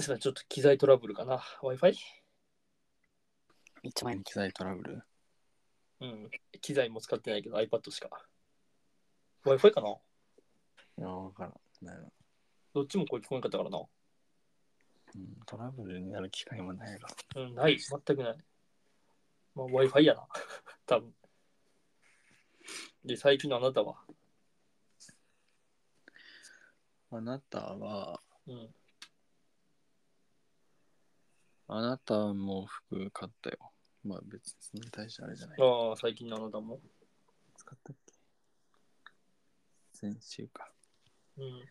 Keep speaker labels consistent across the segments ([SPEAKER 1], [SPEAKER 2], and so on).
[SPEAKER 1] それはちょっと機材トラブルかな。Wi-Fi?
[SPEAKER 2] 一枚
[SPEAKER 3] 機材トラブル。
[SPEAKER 1] うん。機材も使ってないけど iPad しか。Wi-Fi かない
[SPEAKER 3] や、わからんないな、
[SPEAKER 1] どっちも声聞こえなかったからな。
[SPEAKER 3] うん。トラブルになる機会もないやろ。
[SPEAKER 1] うん、ない。全くない。まあ Wi-Fi やな。 多分。で、最近のあなたは。
[SPEAKER 3] あなたは、
[SPEAKER 1] うん。
[SPEAKER 3] あなたも服買ったよ。まあ別に大したあれじゃない。
[SPEAKER 1] ああ、最近のあなたも。
[SPEAKER 3] 使ったっけ先週か。
[SPEAKER 1] うん。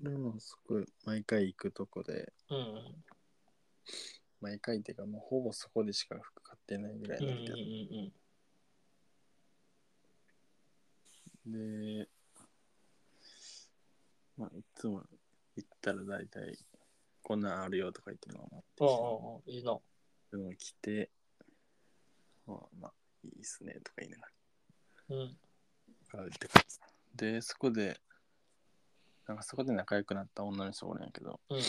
[SPEAKER 3] でもすごい毎回行くとこで、
[SPEAKER 1] うん。
[SPEAKER 3] 毎回っていうかもうほぼそこでしか服買ってないぐらい
[SPEAKER 1] うん。うん。
[SPEAKER 3] なんだけど。
[SPEAKER 1] うん。
[SPEAKER 3] で、まあいつも行ったら大体こんなんあるよとか言ってもらって
[SPEAKER 1] あああ
[SPEAKER 3] き
[SPEAKER 1] あ
[SPEAKER 3] て、、
[SPEAKER 1] いいな。
[SPEAKER 3] でも来て、まあまあいいっすねとか言いながら。
[SPEAKER 1] うん。
[SPEAKER 3] 買うって感じでそこでなんかそこで仲良くなった女の人がおるんやけど
[SPEAKER 1] うん。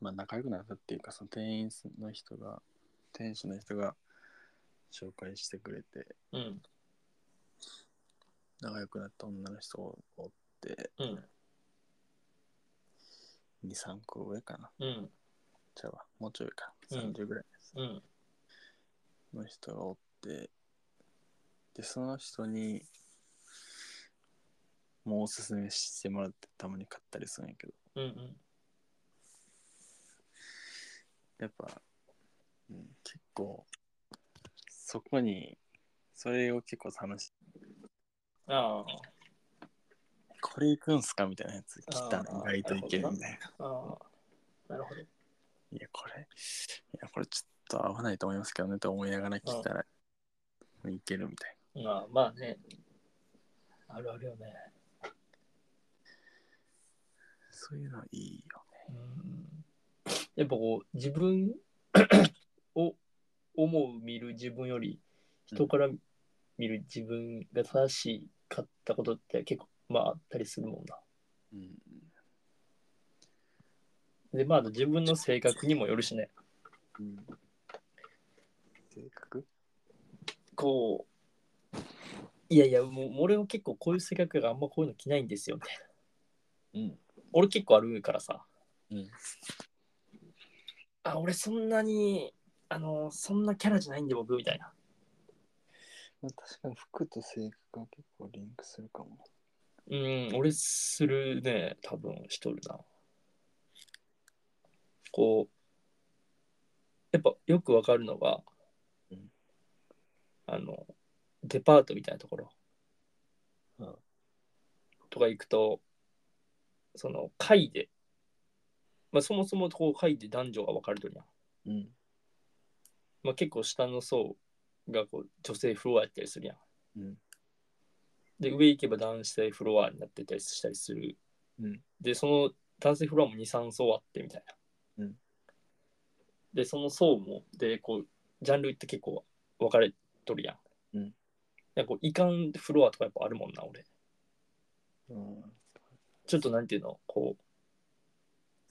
[SPEAKER 3] まあ仲良くなったっていうかその店員の人が店主の人が紹介してくれて
[SPEAKER 1] うん。
[SPEAKER 3] 仲良くなった女の人をおって
[SPEAKER 1] うん。
[SPEAKER 3] 23個上かな
[SPEAKER 1] うん。
[SPEAKER 3] じゃあもうちょいか
[SPEAKER 1] うん
[SPEAKER 3] 30ぐらい
[SPEAKER 1] うん。
[SPEAKER 3] の人がおってでその人にもうおすすめしてもらってたまに買ったりするんやけど
[SPEAKER 1] うん。うん。
[SPEAKER 3] やっぱ、うん、結構そこにそれを結構楽しい
[SPEAKER 1] あ
[SPEAKER 3] これ行くんすかみたいなやつ来た
[SPEAKER 1] あ
[SPEAKER 3] ら
[SPEAKER 1] ー
[SPEAKER 3] 意外といけるみたい
[SPEAKER 1] あ。あ
[SPEAKER 3] な
[SPEAKER 1] あ。なるほど。
[SPEAKER 3] いやこれいやこれちょっと合わないと思いますけどねと思いながら来たらいけるみたい
[SPEAKER 1] まあまあね。あるあるよね。
[SPEAKER 3] なそういうのいいよ
[SPEAKER 1] うん。やっぱこう、自分を思う見る自分より、人から見る自分が正しかったことって結構まああったりするもんな。
[SPEAKER 3] ね
[SPEAKER 1] で、まああと自分の性格にもよるしね。
[SPEAKER 3] うん、うん、性格
[SPEAKER 1] こう、いやいや、もう俺は結構こういう性格があんまこういうの着ないんですよね。
[SPEAKER 3] うん
[SPEAKER 1] 俺結構あるからさ。
[SPEAKER 3] うん
[SPEAKER 1] あ、俺そんなに、あの、そんなキャラじゃないんで僕みたいな。
[SPEAKER 3] まあ確かに服と性格は結構リンクするかも
[SPEAKER 1] うん、俺するね、多分しとるな。こう、やっぱよくわかるのが、
[SPEAKER 3] うん
[SPEAKER 1] あの、デパートみたいなところ、
[SPEAKER 3] うん
[SPEAKER 1] とか行くと、その会で、まあそもそもこう会で男女が分かれとるやん。
[SPEAKER 3] うん
[SPEAKER 1] まあ結構下の層がこう女性フロアやったりするやん。
[SPEAKER 3] うん
[SPEAKER 1] で、上行けば男性フロアになってたりしたりする
[SPEAKER 3] うん
[SPEAKER 1] で、その男性フロアも2、3層あってみたいな。
[SPEAKER 3] うん
[SPEAKER 1] で、その層も、で、こう、ジャンルって結構分かれとるやん。
[SPEAKER 3] うん
[SPEAKER 1] なんかこう、いかんフロアとかやっぱあるもんな、俺。
[SPEAKER 3] うん
[SPEAKER 1] ちょっとなんていうの、こ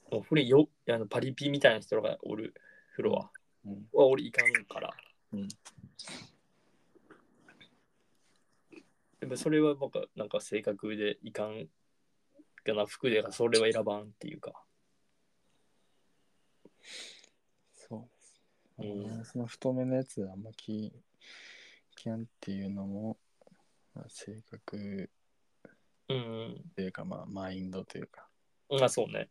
[SPEAKER 1] う、もう古いよあのパリピみたいな人がおるフロア
[SPEAKER 3] うん
[SPEAKER 1] は俺いかんから。
[SPEAKER 3] うん
[SPEAKER 1] やっぱそれはなんか、なんか性格でいかんかな、服で、それは選ばんっていうか。
[SPEAKER 3] そうです
[SPEAKER 1] う
[SPEAKER 3] ね
[SPEAKER 1] ん
[SPEAKER 3] あのね。その太めのやつあんまき、きやんっていうのも、まあ、性格
[SPEAKER 1] うん。
[SPEAKER 3] というか、まあ、マインドというか、
[SPEAKER 1] まあそうね。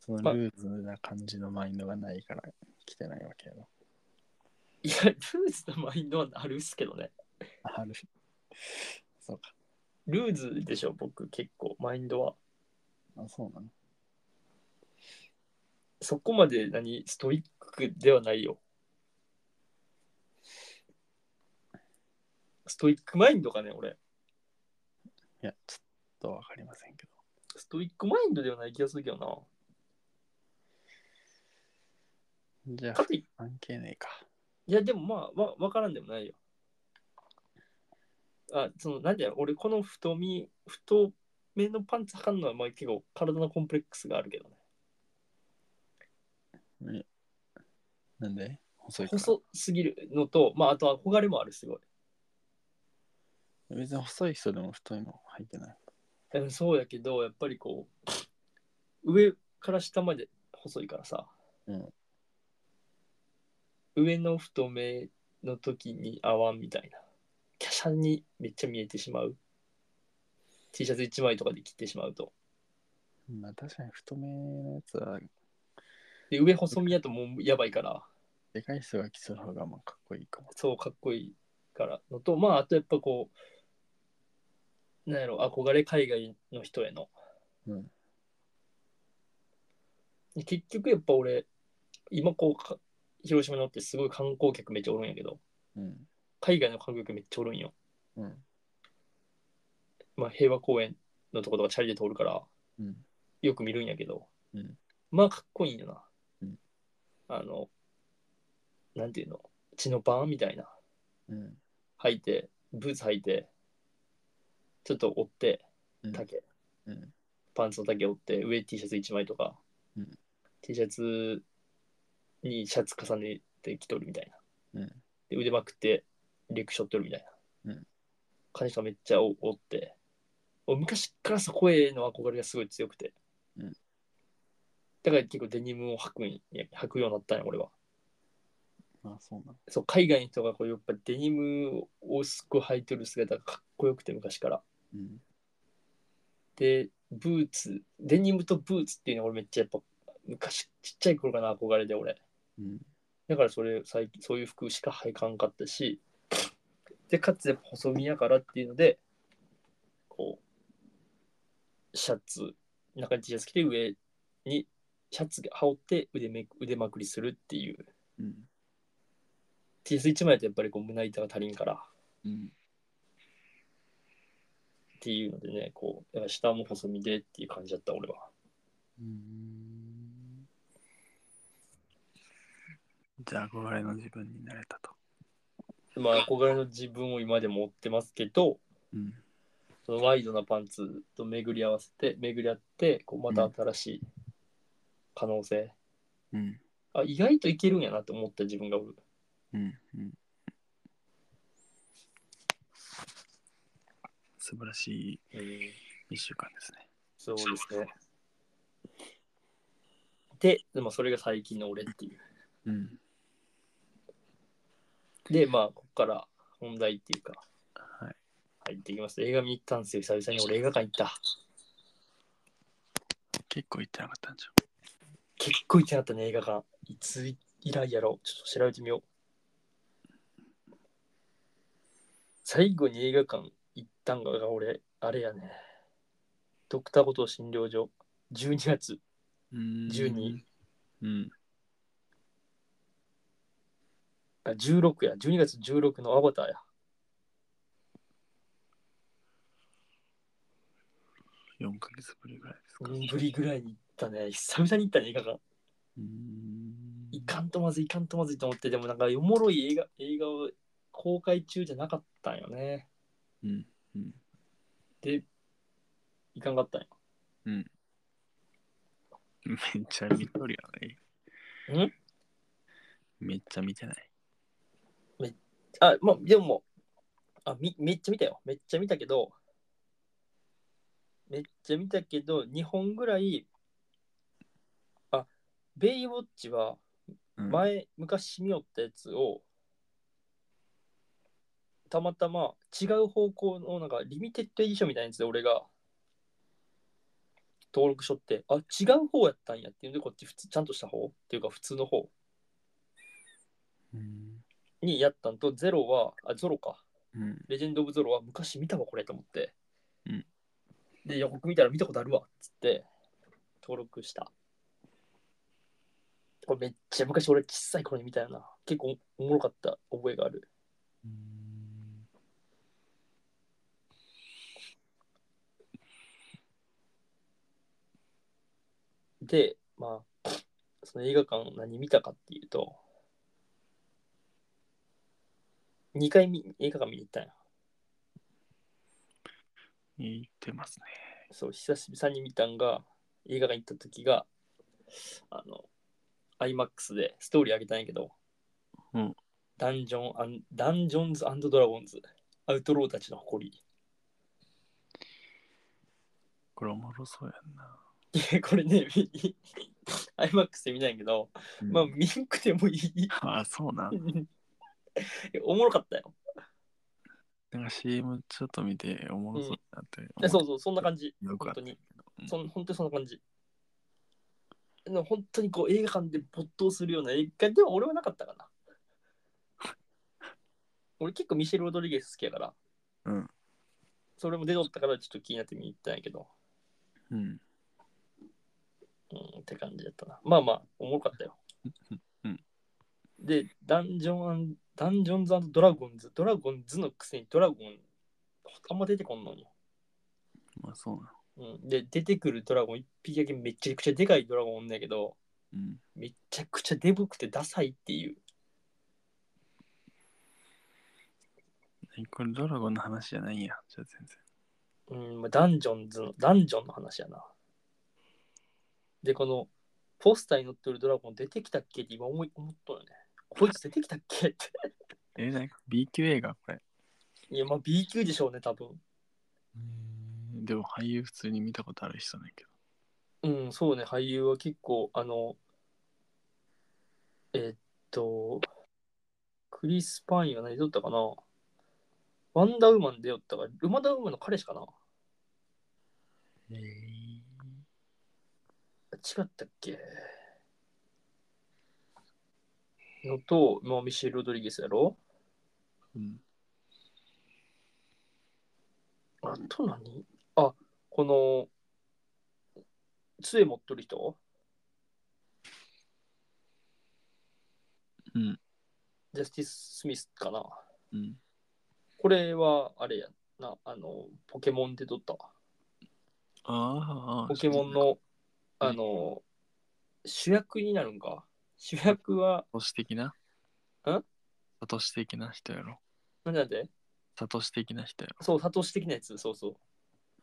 [SPEAKER 3] そのルーズな感じのマインドがないから来てないわけやろ。
[SPEAKER 1] いや、ルーズのマインドはあるっすけどね。
[SPEAKER 3] ある。そうか。
[SPEAKER 1] ルーズでしょ、僕、結構、マインドは。
[SPEAKER 3] あ、そうなの。
[SPEAKER 1] そこまで何、ストイックではないよ。ストイックマインドかね、俺。
[SPEAKER 3] いや、ちょっとわかりませんけど。
[SPEAKER 1] ストイックマインドではない気がするけどな。
[SPEAKER 3] じゃ
[SPEAKER 1] か
[SPEAKER 3] あ、
[SPEAKER 1] とい
[SPEAKER 3] 関係ねえか。
[SPEAKER 1] いや、でもまあ、わ分からんでもないよ。あそのなんだよ俺この太み太めのパンツ履かんのはまあ結構体のコンプレックスがあるけどね
[SPEAKER 3] えなんで細いから
[SPEAKER 1] 細すぎるのとまああとは憧れもあるすごい
[SPEAKER 3] 別に細い人でも太いの入ってない。
[SPEAKER 1] うんそうやけどやっぱりこう上から下まで細いからさ、
[SPEAKER 3] うん
[SPEAKER 1] 上の太めの時に合わんみたいな華奢にめっちゃ見えてしまう T シャツ1枚とかで切ってしまうと
[SPEAKER 3] まあ確かに太めのやつは、
[SPEAKER 1] で上細身やともうやばいから
[SPEAKER 3] でかい人が着てる方がまあかっこいいかも。
[SPEAKER 1] そうかっこいいからのとまああとやっぱこうなんやろ憧れ海外の人への、
[SPEAKER 3] うん
[SPEAKER 1] で結局やっぱ俺今こうか広島におってすごい観光客めっちゃおるんやけど
[SPEAKER 3] うん。
[SPEAKER 1] 海外の観光客めっちゃおるんよ、
[SPEAKER 3] うん。
[SPEAKER 1] まあ、平和公園のとことかチャリで通るから
[SPEAKER 3] うん。
[SPEAKER 1] よく見るんやけど、
[SPEAKER 3] うん
[SPEAKER 1] まあかっこいいんよな、
[SPEAKER 3] うん
[SPEAKER 1] あのなんていうの血のパンみたいな
[SPEAKER 3] うん。
[SPEAKER 1] 履いてブーツ履いてちょっと折って
[SPEAKER 3] うん
[SPEAKER 1] 丈、
[SPEAKER 3] うん
[SPEAKER 1] パンツの丈折って上 T シャツ1枚とか、
[SPEAKER 3] うん
[SPEAKER 1] T シャツにシャツ重ねて着とるみたいな、
[SPEAKER 3] うん
[SPEAKER 1] で腕まくってレクショっとるみたいな、
[SPEAKER 3] うん
[SPEAKER 1] 彼女がめっちゃ折って俺昔からそこへの憧れがすごい強くて、
[SPEAKER 3] うん
[SPEAKER 1] だから結構デニムを履くんや履くようになったんや俺は
[SPEAKER 3] まあそうなの。
[SPEAKER 1] そう海外の人がこうやっぱデニムをすっごい履いてる姿がかっこよくて昔から
[SPEAKER 3] うん。
[SPEAKER 1] でブーツデニムとブーツっていうのが俺めっちゃやっぱ昔ちっちゃい頃からの憧れで俺
[SPEAKER 3] うん。
[SPEAKER 1] だからそれ最近そういう服しか履かんかったしでかつやっぱ細身やからっていうのでこうシャツ中に T シャツ着て上にシャツ羽織って腕めく腕まくりするっていう
[SPEAKER 3] うん。
[SPEAKER 1] T シャツ1枚だとやっぱりこう胸板が足りんから
[SPEAKER 3] うん。
[SPEAKER 1] っていうのでね、こう、やっぱ下も細身でっていう感じだった、俺は。
[SPEAKER 3] うんじゃあ憧れの自分になれたと。
[SPEAKER 1] まあ、憧れの自分を今でも追ってますけど、
[SPEAKER 3] うん。
[SPEAKER 1] そのワイドなパンツと巡り合わせて、巡り合って、こうまた新しい可能性、
[SPEAKER 3] うん。
[SPEAKER 1] あ、意外といけるんやなって思った自分がおる。
[SPEAKER 3] うん。うん。素晴らしい一週間ですね。
[SPEAKER 1] そうですね。で、でもそれが最近の俺っていう。
[SPEAKER 3] うん。
[SPEAKER 1] で、まあ、ここから本題っていうか、
[SPEAKER 3] はい。
[SPEAKER 1] 入っていきます。映画見に行ったんですよ、久々に俺映画館行った。
[SPEAKER 3] 結構行ってなかったんじ
[SPEAKER 1] 結構行ってなかったね、映画館。いつ以来やろう。ちょっと調べてみよう。最後に映画館行ったんが俺、あれやね。ドクターごと診療所。12月。
[SPEAKER 3] ゃん。うん
[SPEAKER 1] 12。
[SPEAKER 3] うん。
[SPEAKER 1] あ、16や。12月16のアバターや。
[SPEAKER 3] 4ヶ月ぶりぐらいですか。
[SPEAKER 1] うんぶりぐらいに行ったね。久々に行ったね、映画館。
[SPEAKER 3] うん
[SPEAKER 1] いかんとまずい、いかんとまずいと思って、でもなんか、おもろい映画、映画を公開中じゃなかったんよね。
[SPEAKER 3] うん。うん。
[SPEAKER 1] で、いかんかったんよ。
[SPEAKER 3] めっちゃ見とるやない。
[SPEAKER 1] ん
[SPEAKER 3] めっちゃ見てない。
[SPEAKER 1] あ、まあ、でも、あみ、めっちゃ見たよ。めっちゃ見たけど、めっちゃ見たけど、2本ぐらい、あ、ベイウォッチは
[SPEAKER 3] うん
[SPEAKER 1] 前、昔見よったやつを、たまたま違う方向の、なんか、リミテッドエディションみたいなやつで俺が、登録しとって、あ、違う方やったんやっていうんで、こっち普通、ちゃんとした方っていうか、普通の方
[SPEAKER 3] うん。
[SPEAKER 1] にやったんと、ゼロは、あ、ゾロか。
[SPEAKER 3] うん。
[SPEAKER 1] レジェンド・オブ・ゾロは昔見たわこれと思って、
[SPEAKER 3] うん
[SPEAKER 1] で予告見たら見たことあるわっつって登録したこれめっちゃ昔俺小さい頃に見たよな結構おもろかった覚えがあるでまあその映画館何見たかっていうと2回見映画館見に行ったんや
[SPEAKER 3] 言ってますね。
[SPEAKER 1] そう、久しぶりに見たんが、映画館行った時が、あの、IMAX でストーリーあげたんやけど、
[SPEAKER 3] うん
[SPEAKER 1] ダンジョンアン、ダンジョンズドラゴンズ、アウトローたちの誇り。
[SPEAKER 3] これおもろそうやんな。
[SPEAKER 1] いや これね、み IMAX で見ないけど、まあ、
[SPEAKER 3] うん
[SPEAKER 1] 見んくてもいい。 い
[SPEAKER 3] あ、そうなん。
[SPEAKER 1] やおもろかったよ。
[SPEAKER 3] なんか CM ちょっと見ておもろそうだなって思っ
[SPEAKER 1] いやそうそう、そんな感じ。
[SPEAKER 3] よく
[SPEAKER 1] 本
[SPEAKER 3] あっ
[SPEAKER 1] 当
[SPEAKER 3] た
[SPEAKER 1] に。
[SPEAKER 3] うん
[SPEAKER 1] そん本当にそんな感じ。でも本当にこう映画館で没頭するような映画では俺はなかったか な。俺結構ミシェル・ロドリゲス好きやから、
[SPEAKER 3] うん。
[SPEAKER 1] それも出とったからちょっと気になって見に行ったんやけど、
[SPEAKER 3] うん。
[SPEAKER 1] うんって感じだったな。まあまあ、おもろかったよ。
[SPEAKER 3] うん
[SPEAKER 1] で、ダンジョンアン、ダンジョンズドラゴンズ、ドラゴンズのくせにドラゴン、あんま出てこんのに。
[SPEAKER 3] まあそうな
[SPEAKER 1] うん、で、出てくるドラゴン一匹だけめちゃくちゃでかいドラゴンおんねんやけど、
[SPEAKER 3] の。うん。
[SPEAKER 1] めちゃくちゃデブくてダサいっていう。
[SPEAKER 3] えこれドラゴンの話じゃないんや。じゃあ全然。
[SPEAKER 1] うん、まあダンジョンズの、ダンジョンの話やな。で、この、ポスターに載ってるドラゴン出てきたっけって今思い思ったよね。こいつ出てきたっけって。
[SPEAKER 3] え、なんか B 級映画これ。
[SPEAKER 1] いや、まあ B 級でしょうね、多分。
[SPEAKER 3] でも俳優普通に見たことある人なんやけど。
[SPEAKER 1] うん、そうね、俳優は結構、あの、えっと、クリス・パインは何出とったかなワンダーウーマン出よったから、ルマダーウーマンの彼氏かな
[SPEAKER 3] え
[SPEAKER 1] 違ったっけのと、まあ、ミシェル・ロドリゲスやろ
[SPEAKER 3] うん。
[SPEAKER 1] あと何あ、この、杖持っとる人
[SPEAKER 3] うん。
[SPEAKER 1] ジャスティス・スミスかな
[SPEAKER 3] うん。
[SPEAKER 1] これは、あれやな、あの、ポケモンで撮ったわ
[SPEAKER 3] ああ。
[SPEAKER 1] ポケモン。の、あの、主役になるんか主役は、
[SPEAKER 3] サトシ的な
[SPEAKER 1] うん
[SPEAKER 3] サトシ的な人やろ。
[SPEAKER 1] なんでなんで
[SPEAKER 3] サトシ的な人やろ。
[SPEAKER 1] そう、サトシ的なやつ、そうそう。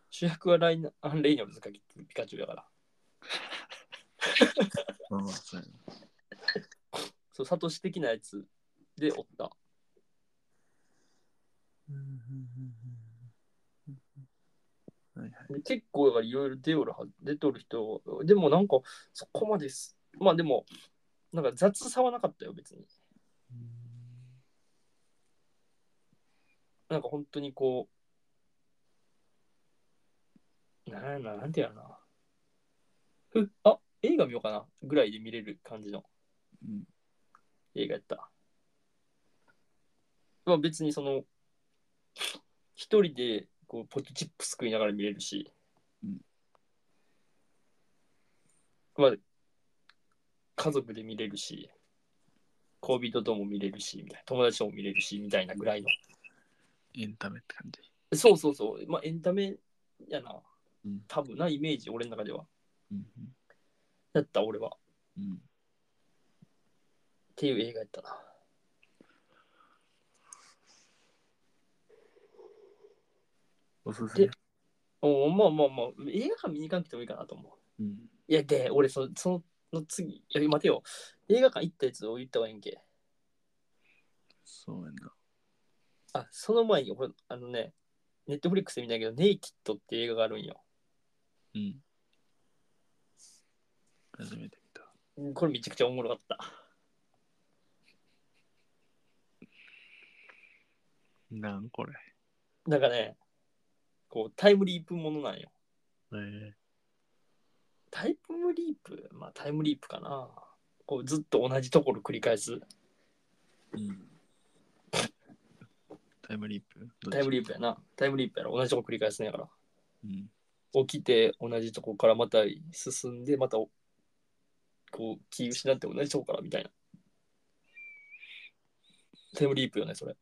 [SPEAKER 1] 主役はライナアン・レイノルズかピカチュウだから。
[SPEAKER 3] うん、そうやな
[SPEAKER 1] そう、サトシ的なやつでおった。結構だからいろいろ出よるは出とる人でもなんかそこまですまあでもなんか雑さはなかったよ別になんか本当にこうなんやななんてやろなふあ映画見ようかなぐらいで見れる感じの
[SPEAKER 3] うん
[SPEAKER 1] 映画やったまあ別にその一人でこうポテトチップス食いながら見れるし、
[SPEAKER 3] うん
[SPEAKER 1] まあ家族で見れるし恋人とも見れるしみたいな友達とも見れるしみたいなぐらいの
[SPEAKER 3] エンタメって感じ。
[SPEAKER 1] そうそうそうまあエンタメやな
[SPEAKER 3] うん
[SPEAKER 1] 多分なイメージ俺の中では
[SPEAKER 3] うん。
[SPEAKER 1] やった俺はっ
[SPEAKER 3] うん。
[SPEAKER 1] ていう映画やったな
[SPEAKER 3] おすすめ
[SPEAKER 1] で。おまあまあまあ映画館見に行かなくてもいいかなと思う
[SPEAKER 3] うん。
[SPEAKER 1] いや、で、俺そ、その次、いや、待てよ。映画館行ったやつを言った方がいいんけ。
[SPEAKER 3] そうやな。
[SPEAKER 1] あ、その前に、俺、あのね、ネットフリックスで見たけど、ネイキッドって映画があるんよ。
[SPEAKER 3] うん。初めて見た。
[SPEAKER 1] これめちゃくちゃおもろかった。
[SPEAKER 3] なんこれ。
[SPEAKER 1] なんかね、こう、タイムリープものなんよ。
[SPEAKER 3] え
[SPEAKER 1] タイムリープまあ、タイムリープかな。こう、ずっと同じところ繰り返す。
[SPEAKER 3] うん。タイムリープ
[SPEAKER 1] タイム
[SPEAKER 3] リ
[SPEAKER 1] リープやな。タイムリープやろ。同じとこ繰り返すねやから。
[SPEAKER 3] ー
[SPEAKER 1] 起きて同じとこからまた進んでまたおこう気失って同じとこからみたいなタイムリープよねそれ
[SPEAKER 3] プ。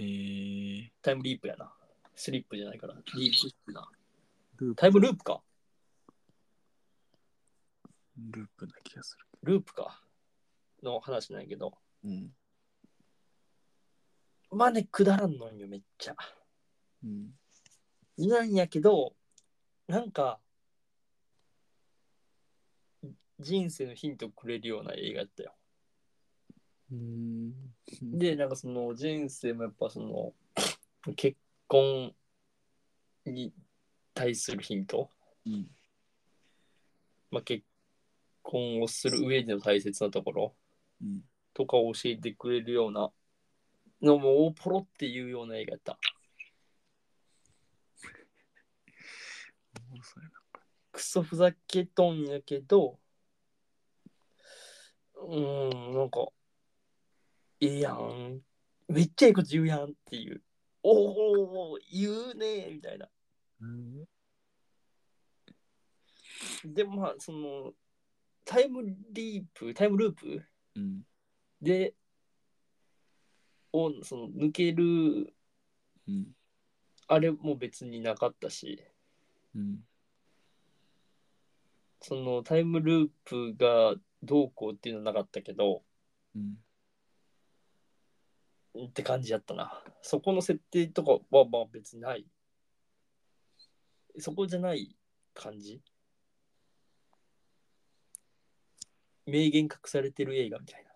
[SPEAKER 3] うん。えー、
[SPEAKER 1] タイムリープやなスリップじゃないからリープな
[SPEAKER 3] ループ
[SPEAKER 1] タイムループか
[SPEAKER 3] ループな気がする。
[SPEAKER 1] ループかの話なんやけど
[SPEAKER 3] うん。
[SPEAKER 1] まあね、くだらんのんよ、めっちゃ。
[SPEAKER 3] うん。
[SPEAKER 1] なんやけど、なんか、人生のヒントくれるような映画やったよ。
[SPEAKER 3] うん。
[SPEAKER 1] で、なんかその人生もやっぱその、結婚に対するヒント、
[SPEAKER 3] うん。
[SPEAKER 1] まあ、結婚をする上での大切なところ
[SPEAKER 3] うん。
[SPEAKER 1] とかを教えてくれるようなのも、ポロっていうような映画やった。
[SPEAKER 3] そうやな
[SPEAKER 1] クソふざけとんやけど、うーん、なんか、ええやん。めっちゃええこと言うやんっていう。おお、言うねみたいな。
[SPEAKER 3] うん。
[SPEAKER 1] でもまあ、その、タイムリープ、タイムループ
[SPEAKER 3] うん。
[SPEAKER 1] で、をその抜ける、
[SPEAKER 3] うん。
[SPEAKER 1] あれも別になかったし、
[SPEAKER 3] うん。
[SPEAKER 1] そのタイムループがどうこうっていうのはなかったけど、
[SPEAKER 3] うん。
[SPEAKER 1] って感じやったな。そこの設定とかはまあ別にない。そこじゃない感じ名言隠されてる映画みたいな。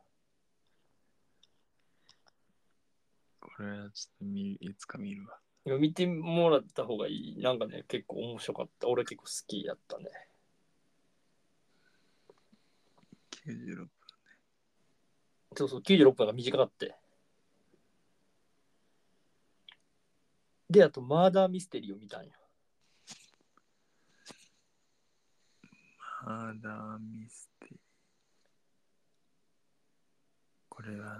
[SPEAKER 3] これはちょっと見る、いつか見るわ。
[SPEAKER 1] いや見てもらった方がいい。なんかね、結構面白かった。俺結構好きやったね。
[SPEAKER 3] 96分。
[SPEAKER 1] そうそう、96分が短かって。で、あと、マーダーミステリーを見たんよ。
[SPEAKER 3] ハーダーミステリー。これは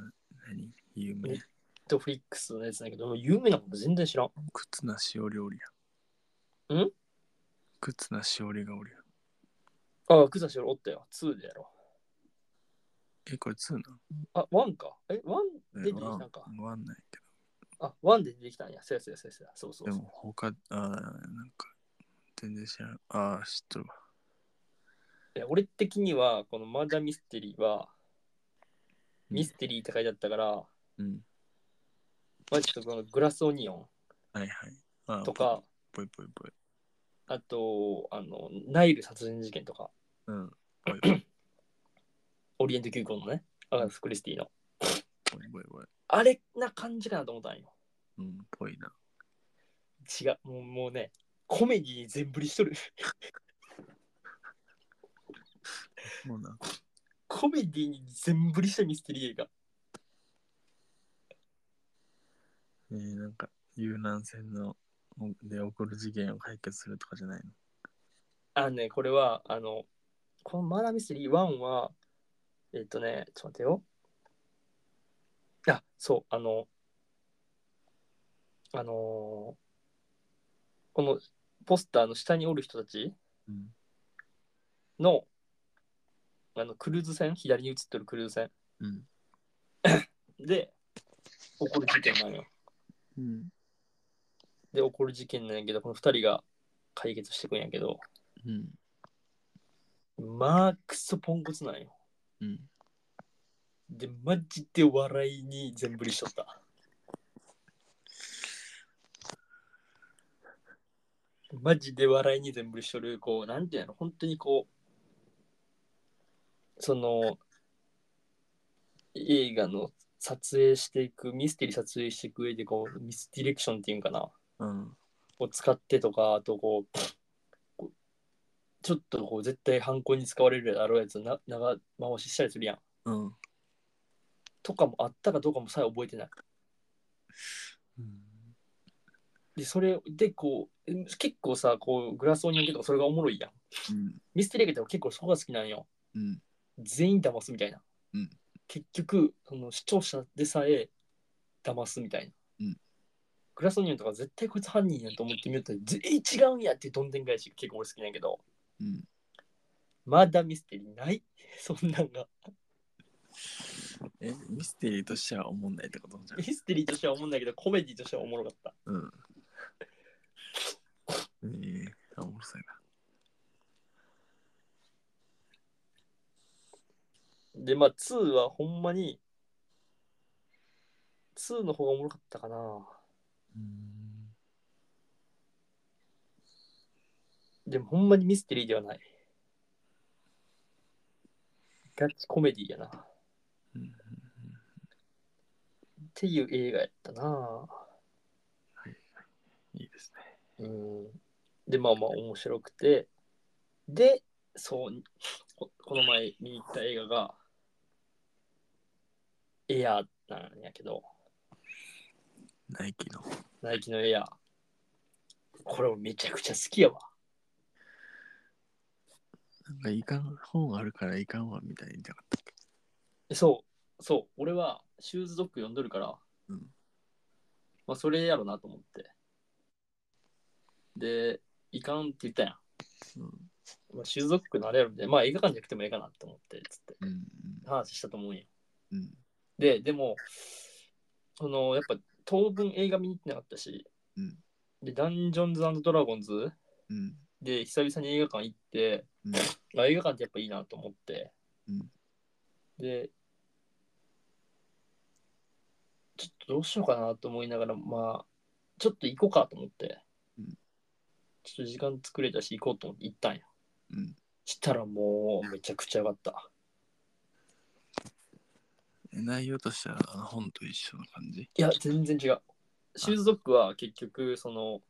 [SPEAKER 3] 何有名
[SPEAKER 1] えネットフリックスのやつだけど、有名なこと全然知らん。
[SPEAKER 3] 靴なしおりおりや。
[SPEAKER 1] ん
[SPEAKER 3] 靴なしおりがおりや。
[SPEAKER 1] ああ、クザシおったよ。2でやろ
[SPEAKER 3] え、これ2なの
[SPEAKER 1] あ、ワンか。え、ワン
[SPEAKER 3] え
[SPEAKER 1] で出てき
[SPEAKER 3] わ
[SPEAKER 1] たんか。
[SPEAKER 3] わんないけ
[SPEAKER 1] あ、ワンで出てきたんや。そうやそうやそうやそうや。そうそ
[SPEAKER 3] ど。
[SPEAKER 1] う
[SPEAKER 3] で
[SPEAKER 1] そ
[SPEAKER 3] も
[SPEAKER 1] う。
[SPEAKER 3] 他、あーなんか、全然知らん。ああ、知っとるわ。
[SPEAKER 1] え俺的には、このマーダーミステリーは、
[SPEAKER 3] うん
[SPEAKER 1] ミステリーって書いてあったから、
[SPEAKER 3] うん。
[SPEAKER 1] まあちょっとこのグラスオニオ
[SPEAKER 3] はいはい。あー
[SPEAKER 1] ンとか、、
[SPEAKER 3] ぽいぽいぽい。
[SPEAKER 1] あと、あの、ナイル殺人事件とか、
[SPEAKER 3] うん。ぽいぽい
[SPEAKER 1] オリエント急行のね、アガサス・クリスティの。
[SPEAKER 3] ぽいぽいぽい。
[SPEAKER 1] あれな感じかなと思ったんよ。
[SPEAKER 3] うん、ぽいな。
[SPEAKER 1] 違う、もうもうね、コメディに全振りしとる。
[SPEAKER 3] もうな。
[SPEAKER 1] コメディに全振りしたミステリー映画。
[SPEAKER 3] えー、なんか、遊覧船ので起こる事件を解決するとかじゃないの
[SPEAKER 1] あのね、これは、あの、このマーダーミステリー1は、えっとね、ちょっと待ってよ。あ、そう、あの、あのーこのポスターの下におる人たち
[SPEAKER 3] うん。
[SPEAKER 1] の、あの、クルーズ船、左に映ってるクルーズ船
[SPEAKER 3] うん。
[SPEAKER 1] で、起こる事件なんよ。
[SPEAKER 3] うん。
[SPEAKER 1] で、起こる事件なんやけど、この2人が解決してくんやけど、
[SPEAKER 3] うん。
[SPEAKER 1] まあ、クソポンコツなんよ。
[SPEAKER 3] うん。
[SPEAKER 1] で、マジで笑いに全振りしとった。マジで笑いに全振りしとる、こう、なんていうの、本当にこう、その、映画の撮影していく、ミステリー撮影していく上で、こう、ミスディレクションっていうんかな、
[SPEAKER 3] うん。
[SPEAKER 1] を使ってとか、あとこう、こうちょっとこう、絶対犯行に使われるだろうやつをな長回ししたりするやん。
[SPEAKER 3] うん。
[SPEAKER 1] とかもあったかどうかもさえ覚えてない。
[SPEAKER 3] うん
[SPEAKER 1] で、それでこう、うん結構さ、こう、グラスオニオン系とかそれがおもろいやん。ミステリー映画って結構そこが好きなんよ。
[SPEAKER 3] うん。
[SPEAKER 1] 全員騙すみたいな。
[SPEAKER 3] うん
[SPEAKER 1] 結局、その視聴者でさえ騙すみたいな。
[SPEAKER 3] うん
[SPEAKER 1] グラスオニオンとか絶対こいつ犯人やと思ってみよったら、全員違うんやっていうどんでん返しが結構俺好きなんやけど、
[SPEAKER 3] うん。
[SPEAKER 1] まだミステリーない そんなんが。
[SPEAKER 3] え、ミステリーとしては思んないってことじゃん
[SPEAKER 1] ミ。ステリーとしては思うんだけど、コメディとしてはおもろかった。
[SPEAKER 3] うん。ええあ、おもろそうや
[SPEAKER 1] で、まあ、2はほんまに、 2の方がおもろかったかな。
[SPEAKER 3] うん
[SPEAKER 1] でもほんまにミステリーではない。ガチコメディやな。っ
[SPEAKER 3] うん
[SPEAKER 1] ていう映画やったな。
[SPEAKER 3] いいですね。
[SPEAKER 1] うん。で、まあまあ面白くて。で、そう、ここの前見に行った映画が、エアーなんやけど、
[SPEAKER 3] ナイキの。
[SPEAKER 1] ナイキのエアー。これ俺めちゃくちゃ好きやわ。
[SPEAKER 3] なんかいかん、本あるからいかんわみたいに言いたかった。
[SPEAKER 1] えそう、そう、俺はシューズドッグ読んどるから、
[SPEAKER 3] うん
[SPEAKER 1] まあそれやろなと思って。で、いかんって言ったや
[SPEAKER 3] うん
[SPEAKER 1] ん。まあ、シューズドッグのあれやろで、まあ映画館じゃなくてもええかなって思って、つって
[SPEAKER 3] うん
[SPEAKER 1] 話したと思うんや。
[SPEAKER 3] うん
[SPEAKER 1] で、でも、その、やっぱ当分映画見に行ってなかったし、
[SPEAKER 3] うん
[SPEAKER 1] で、ダンジョンズドラゴンズ
[SPEAKER 3] うん
[SPEAKER 1] で久々に映画館行って、
[SPEAKER 3] うん
[SPEAKER 1] あ映画館ってやっぱいいなと思って、
[SPEAKER 3] うん
[SPEAKER 1] でちょっとどうしようかなと思いながらまあちょっと行こうかと思って、
[SPEAKER 3] うん
[SPEAKER 1] ちょっと時間作れたし行こうと思って行ったんや
[SPEAKER 3] うん
[SPEAKER 1] したらもうめちゃくちゃよかった
[SPEAKER 3] え内容としてはあの本と一緒の感じ
[SPEAKER 1] いや全然違うシューズドッグは結局その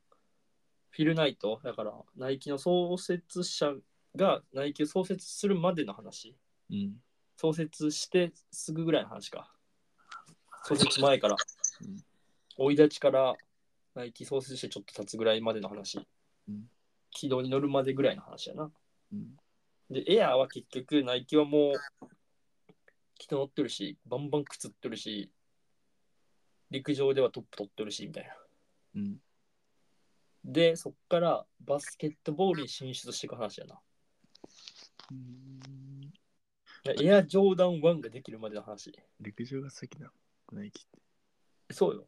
[SPEAKER 1] フィルナイトだからナイキの創設者がナイキを創設するまでの話、
[SPEAKER 3] うん。
[SPEAKER 1] 創設してすぐぐらいの話か。創設前から
[SPEAKER 3] うん。
[SPEAKER 1] 生、い立ちからナイキ創設してちょっと経つぐらいまでの話。
[SPEAKER 3] うん
[SPEAKER 1] 軌道に乗るまでぐらいの話やな。
[SPEAKER 3] うん
[SPEAKER 1] で、エアーは結局ナイキはもう、軌道乗ってるし、バンバン靴売ってるし、陸上ではトップ取ってるし、みたいな。
[SPEAKER 3] うん
[SPEAKER 1] で、そっからバスケットボールに進出していく話やな。
[SPEAKER 3] うん
[SPEAKER 1] でエアージョーダン1ができるまでの話。
[SPEAKER 3] 陸上が先なのナイキって。
[SPEAKER 1] そうよ。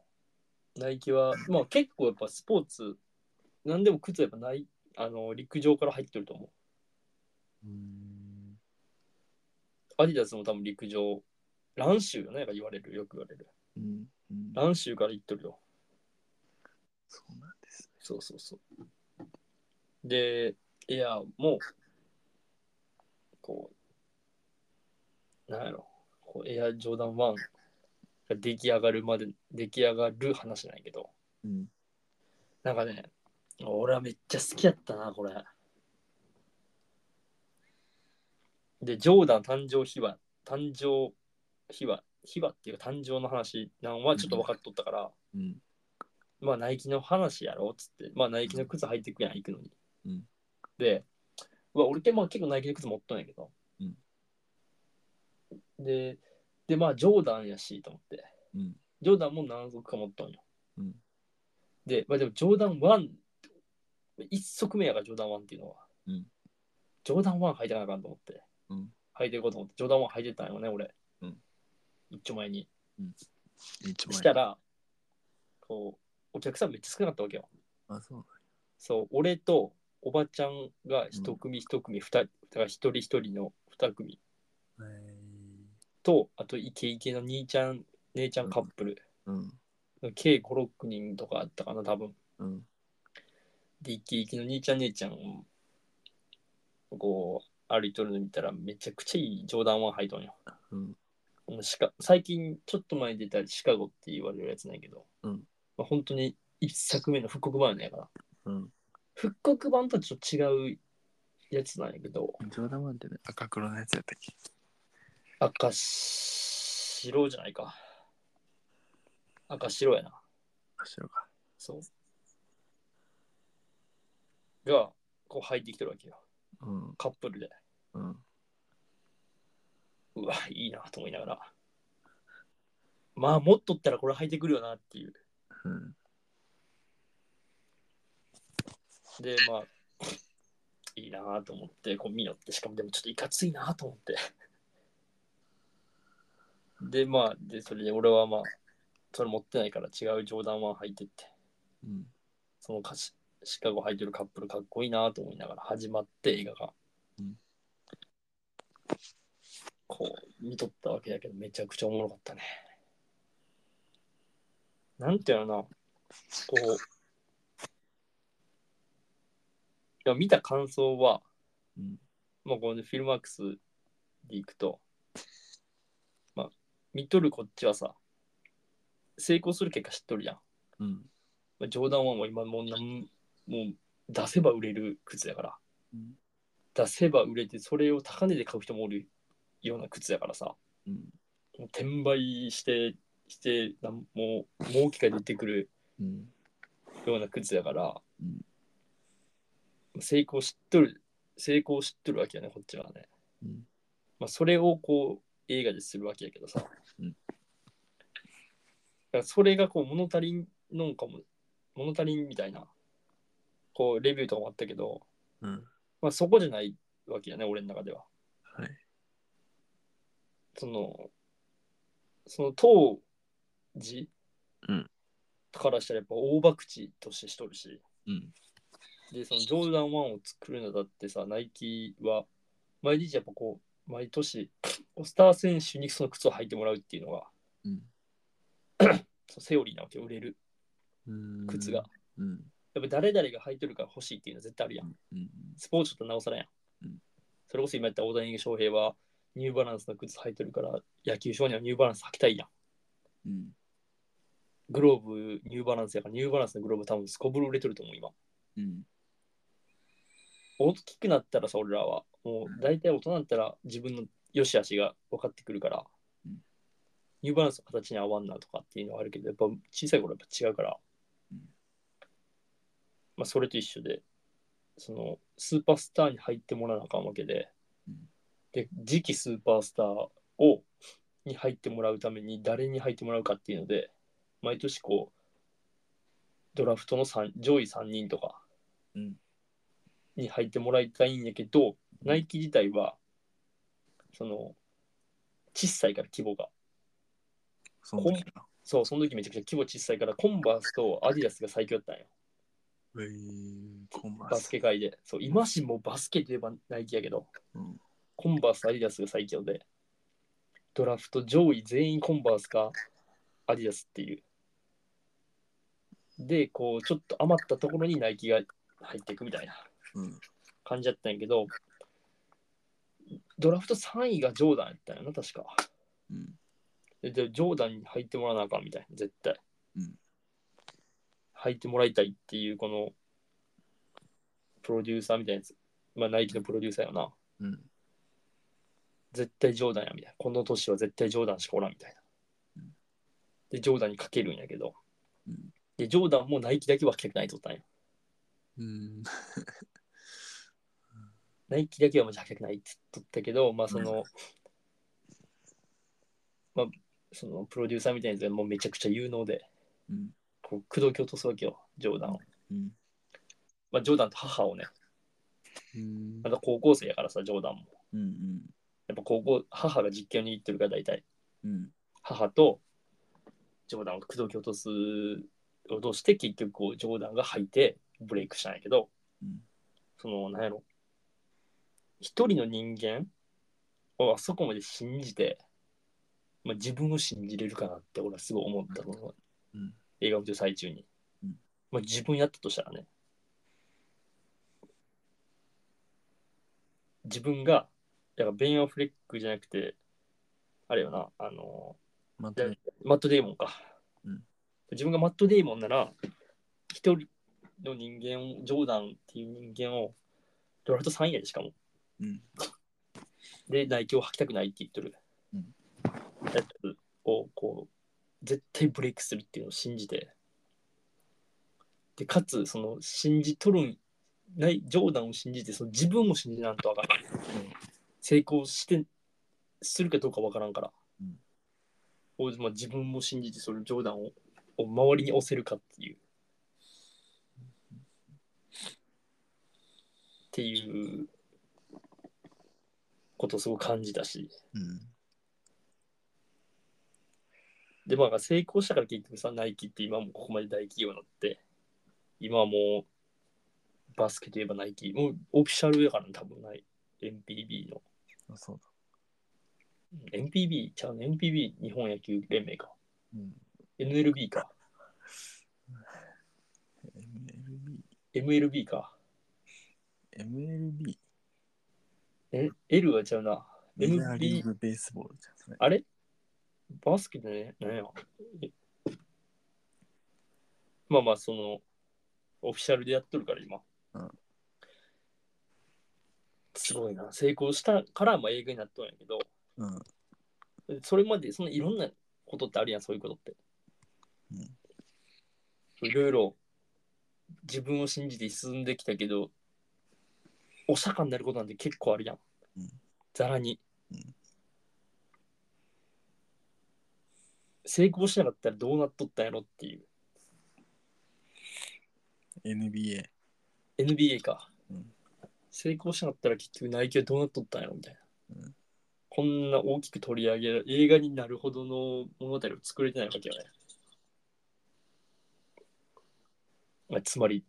[SPEAKER 1] ナイキは、まあ結構やっぱスポーツ、なんでも靴はやっぱない、あの、陸上から入ってると思う。
[SPEAKER 3] うん
[SPEAKER 1] アディダスも多分陸上、ランシューよね、やっぱ言われる、よく言われる。
[SPEAKER 3] うんうん
[SPEAKER 1] ランシューから行っとるよ。
[SPEAKER 3] そうなんですね。
[SPEAKER 1] そうそうそう。で、エアーも、こう、なんやろ、こうエアージョーダン1が出来上がるまで、出来上がる話なんやけど、
[SPEAKER 3] うん
[SPEAKER 1] なんかね、俺はめっちゃ好きやったな、これ。で、ジョーダン誕生秘話、誕生秘話、秘話っていうか誕生の話なんはちょっと分かっとったから、
[SPEAKER 3] うん
[SPEAKER 1] まあナイキの話やろっつって、まあナイキの靴履いてくやん、行くのに。
[SPEAKER 3] うん
[SPEAKER 1] で、うわ俺ってまあ結構ナイキの靴持っとんやけど。
[SPEAKER 3] うん
[SPEAKER 1] で、で、まあジョーダンやしと思って。
[SPEAKER 3] うん
[SPEAKER 1] ジョーダンも何足か持ったんよ。
[SPEAKER 3] うん
[SPEAKER 1] で、まあでもジョーダン1、一足目やからジョーダン1っていうのは。
[SPEAKER 3] うん
[SPEAKER 1] ジョーダン1履いてなあかんと思って。
[SPEAKER 3] うん
[SPEAKER 1] 履いていこうと思って、ジョーダン1履いてたんよね、俺。
[SPEAKER 3] うん
[SPEAKER 1] 一丁前に。
[SPEAKER 3] 一枚。
[SPEAKER 1] したら、こう、お客さんめっちゃ少なかったわけよ。
[SPEAKER 3] あ、そうなん
[SPEAKER 1] そう、俺とおばちゃんが一組一組、二人、だから一人一人の二組
[SPEAKER 3] だ。
[SPEAKER 1] と、あとイケイケの兄ちゃん、姉ちゃんカップル、
[SPEAKER 3] うん
[SPEAKER 1] 計5、6人とかあったかな、多分。
[SPEAKER 3] うん
[SPEAKER 1] で、イケイケの兄ちゃん、姉ちゃんを、こう、歩いとるの見たら、めちゃくちゃいい冗談は履いとんよ。
[SPEAKER 3] うん
[SPEAKER 1] もうシカ最近、ちょっと前に出たシカゴって言われるやつなんやけど、
[SPEAKER 3] うん
[SPEAKER 1] まあ、本当に一作目の復刻版やねんから、
[SPEAKER 3] うん。
[SPEAKER 1] 復刻版とはちょっと違うやつなんやけど、
[SPEAKER 3] 冗談マンってね、赤黒のやつやったっけ
[SPEAKER 1] 赤白じゃないか。赤白やな。
[SPEAKER 3] あ、白か。
[SPEAKER 1] そう。が、こう入ってきてるわけよ。
[SPEAKER 3] うん
[SPEAKER 1] カップルで。
[SPEAKER 3] うん
[SPEAKER 1] うわ、いいなと思いながら。まあ、持っとったらこれ履いてくるよなっていう。
[SPEAKER 3] うん
[SPEAKER 1] で、まあ、いいなと思って、こう見よって、しかもでもちょっといかついなと思って。で、まあ、で、それで俺はまあ、それ持ってないから違う冗談は履いてって。
[SPEAKER 3] うん
[SPEAKER 1] その歌詞シカゴ履いてるカップルかっこいいなと思いながら始まって映画が、
[SPEAKER 3] うん
[SPEAKER 1] こう見とったわけだけどめちゃくちゃおもろかったねなんていうのかな、こう、いや見た感想は、
[SPEAKER 3] うん
[SPEAKER 1] まあ、このフィルマークスでいくと、まあ、見とるこっちはさ、成功する結果知っとるやん。
[SPEAKER 3] うん。
[SPEAKER 1] まあ、冗談はもう今もうなんもう出せば売れる靴やから、
[SPEAKER 3] うん
[SPEAKER 1] 出せば売れてそれを高値で買う人もおるような靴やからさ
[SPEAKER 3] うん。
[SPEAKER 1] もう転売してしてなんもう儲けが出てくる
[SPEAKER 3] うん。
[SPEAKER 1] ような靴やから、
[SPEAKER 3] うん
[SPEAKER 1] 成功しっとる成功しっとるわけやねこっちはね、
[SPEAKER 3] うん
[SPEAKER 1] まあ、それをこう映画でするわけやけどさ、
[SPEAKER 3] うん
[SPEAKER 1] だからそれがこう物足りんのんかも物足りんみたいなこうレビューとかもあったけど、
[SPEAKER 3] うん。
[SPEAKER 1] まあ、そこじゃないわけやね俺の中では
[SPEAKER 3] はい。
[SPEAKER 1] そのその当時
[SPEAKER 3] うん
[SPEAKER 1] からしたらやっぱ大博打としてしとるし、
[SPEAKER 3] うん。
[SPEAKER 1] で、そのジョーダン1を作るのだってさ、ナイキは、毎日やっぱこう、毎年、スター選手にその靴を履いてもらうっていうのが、
[SPEAKER 3] うん。
[SPEAKER 1] そのセオリーなわけよ、売れる
[SPEAKER 3] うん
[SPEAKER 1] 靴が。。
[SPEAKER 3] うん。
[SPEAKER 1] やっぱ誰々が履いてるから欲しいっていうのは絶対あるやん。
[SPEAKER 3] うん。
[SPEAKER 1] スポーツだとなおさらやん。
[SPEAKER 3] うん
[SPEAKER 1] それこそ今やった大谷翔平は、ニューバランスの靴履いてるから、野球少年はニューバランス履きたいやん。
[SPEAKER 3] うん。
[SPEAKER 1] グローブ、ニューバランスやから、ニューバランスのグローブ多分すこぶる売れてると思う、今。
[SPEAKER 3] うん。
[SPEAKER 1] 大きくなったらさ俺らはもう大体大人になったら自分の良し悪しが分かってくるから、
[SPEAKER 3] うん
[SPEAKER 1] ニューバランスの形に合わんなとかっていうのはあるけどやっぱ小さい頃はやっぱ違うから、
[SPEAKER 3] うん
[SPEAKER 1] まあそれと一緒でそのスーパースターに入ってもらわなあかんわけで、
[SPEAKER 3] うん
[SPEAKER 1] で次期スーパースターをに入ってもらうために誰に入ってもらうかっていうので毎年こうドラフトの三上位3人とかに入ってもらいたいんやけど、ナイキ自体は、その、小さいから規模が。
[SPEAKER 3] その時な。
[SPEAKER 1] そう、その時めちゃくちゃ規模小さいから、コンバースとアディダスが最強だったんよ。
[SPEAKER 3] えー、コンバー
[SPEAKER 1] バス。
[SPEAKER 3] ス
[SPEAKER 1] ケ界で。そう、今しもバスケといえばナイキやけど、
[SPEAKER 3] うん
[SPEAKER 1] コンバースとアディダスが最強で、ドラフト上位全員コンバースかアディダスっていう。で、こう、ちょっと余ったところにナイキが入っていくみたいな。
[SPEAKER 3] うん。
[SPEAKER 1] 感じだったんやけど、ドラフト3位がジョーダンやったんやな、確か。
[SPEAKER 3] うん。
[SPEAKER 1] で、でジョーダンに入ってもらわなあかんみたいな、絶対。
[SPEAKER 3] うん
[SPEAKER 1] 入ってもらいたいっていう、この、プロデューサーみたいなやつ。まあ、ナイキのプロデューサーよな。
[SPEAKER 3] うん。
[SPEAKER 1] 絶対ジョーダンやみたいな。この年は絶対ジョーダンしかおらんみたいな
[SPEAKER 3] うん。
[SPEAKER 1] で、ジョーダンにかけるんやけど。
[SPEAKER 3] うん
[SPEAKER 1] で、ジョーダンもナイキだけは着たくないとったんや。
[SPEAKER 3] うん。
[SPEAKER 1] ナイキだけはもう履きたくないって言っとったけど、まあその、 まあそのプロデューサーみたいなやつがもうめちゃくちゃ有能で、
[SPEAKER 3] うん
[SPEAKER 1] こう、口説き落とすわけよ、ジョーダンを。
[SPEAKER 3] うん。
[SPEAKER 1] まあジョーダンと母をね、
[SPEAKER 3] うん
[SPEAKER 1] また高校生やからさ、ジョーダンも。
[SPEAKER 3] うん。
[SPEAKER 1] やっぱ高校、母が実権を握ってるから大体、
[SPEAKER 3] うん。
[SPEAKER 1] 母とジョーダンを口説き落とす、落として結局こう、ジョーダンが履いてブレイクしたんやけど、
[SPEAKER 3] うん
[SPEAKER 1] その、なんやろ、一人の人間をあそこまで信じて、まあ、自分を信じれるかなって俺はすごい思ったの、
[SPEAKER 3] うん
[SPEAKER 1] 映画を見てる最中に、
[SPEAKER 3] うん
[SPEAKER 1] まあ、自分やったとしたらね自分がだからベン・アフレックじゃなくてあれよなあの
[SPEAKER 3] またね。
[SPEAKER 1] マット・デーモンか、
[SPEAKER 3] うん
[SPEAKER 1] 自分がマット・デーモンなら一人の人間をジョーダンっていう人間をドラフト3位やでしかも
[SPEAKER 3] うん。
[SPEAKER 1] で、内胸を吐きたくないって言ってる。
[SPEAKER 3] うん
[SPEAKER 1] やつを、こう、絶対ブレイクするっていうのを信じて。で、かつ、その、信じとるん、ない、冗談を信じて、その自分も信じなんとあかん。成功して、するかどうかわからんから。
[SPEAKER 3] うん
[SPEAKER 1] をまあ、自分も信じて、それ冗談を、を周りに押せるかっていう。っていうことをすごい感じたし。
[SPEAKER 3] うん。
[SPEAKER 1] で、まあ、成功したから結局さ、ナイキって今もここまで大企業になって、今はもう、バスケといえばナイキ、もうオフィシャルやから、ね、多分ない。NPB の。
[SPEAKER 3] あ、そうだ。
[SPEAKER 1] NPB ちゃうね、NPB 日本野球連盟か。
[SPEAKER 3] うん。
[SPEAKER 1] NLB か。 MLB か。
[SPEAKER 3] MLB?
[SPEAKER 1] え ?L はちゃうな。
[SPEAKER 3] メジャーリーグベースボールじゃん、それ。
[SPEAKER 1] あれバスケでね、なんや。えまあまあ、その、オフィシャルでやっとるから今。
[SPEAKER 3] うん
[SPEAKER 1] すごいな。成功したから、まあ映画になっとんやけど、
[SPEAKER 3] うん。
[SPEAKER 1] それまで、そのいろんなことってあるやん、そういうことって。いろいろ自分を信じて進んできたけど、お釈迦になることなんて結構あるやん
[SPEAKER 3] うん。
[SPEAKER 1] ざらに
[SPEAKER 3] うん。
[SPEAKER 1] 成功しなかったらどうなっとったんやろっていう。
[SPEAKER 3] うん、NBA。
[SPEAKER 1] NBA か、
[SPEAKER 3] うん
[SPEAKER 1] 成功しなかったら結局ナイキはどうなっとったんやろみたいな、
[SPEAKER 3] うん
[SPEAKER 1] こんな大きく取り上げる映画になるほどの物語を作れてないわけよね、まあ、つまり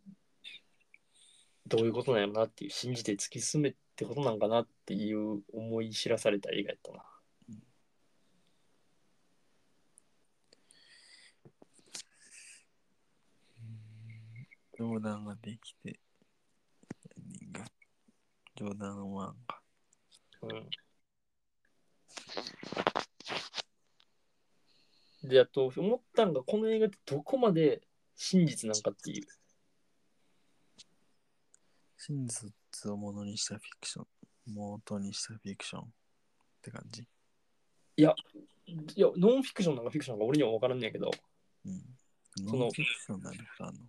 [SPEAKER 1] どういうことなんやろなっていう信じて突き進めってことなんかなっていう思い知らされた映画やったな
[SPEAKER 3] 冗談ができて、エンディング。冗談は、
[SPEAKER 1] うん、であと思ったのがこの映画ってどこまで真実なんかっていう
[SPEAKER 3] 真実をものにしたフィクション。元にしたフィクション。って感じ。
[SPEAKER 1] いやノンフィクションなんかフィクションなんか俺には分からんねんけど
[SPEAKER 3] うん。
[SPEAKER 1] の
[SPEAKER 3] ノンフィクションなんてことあんの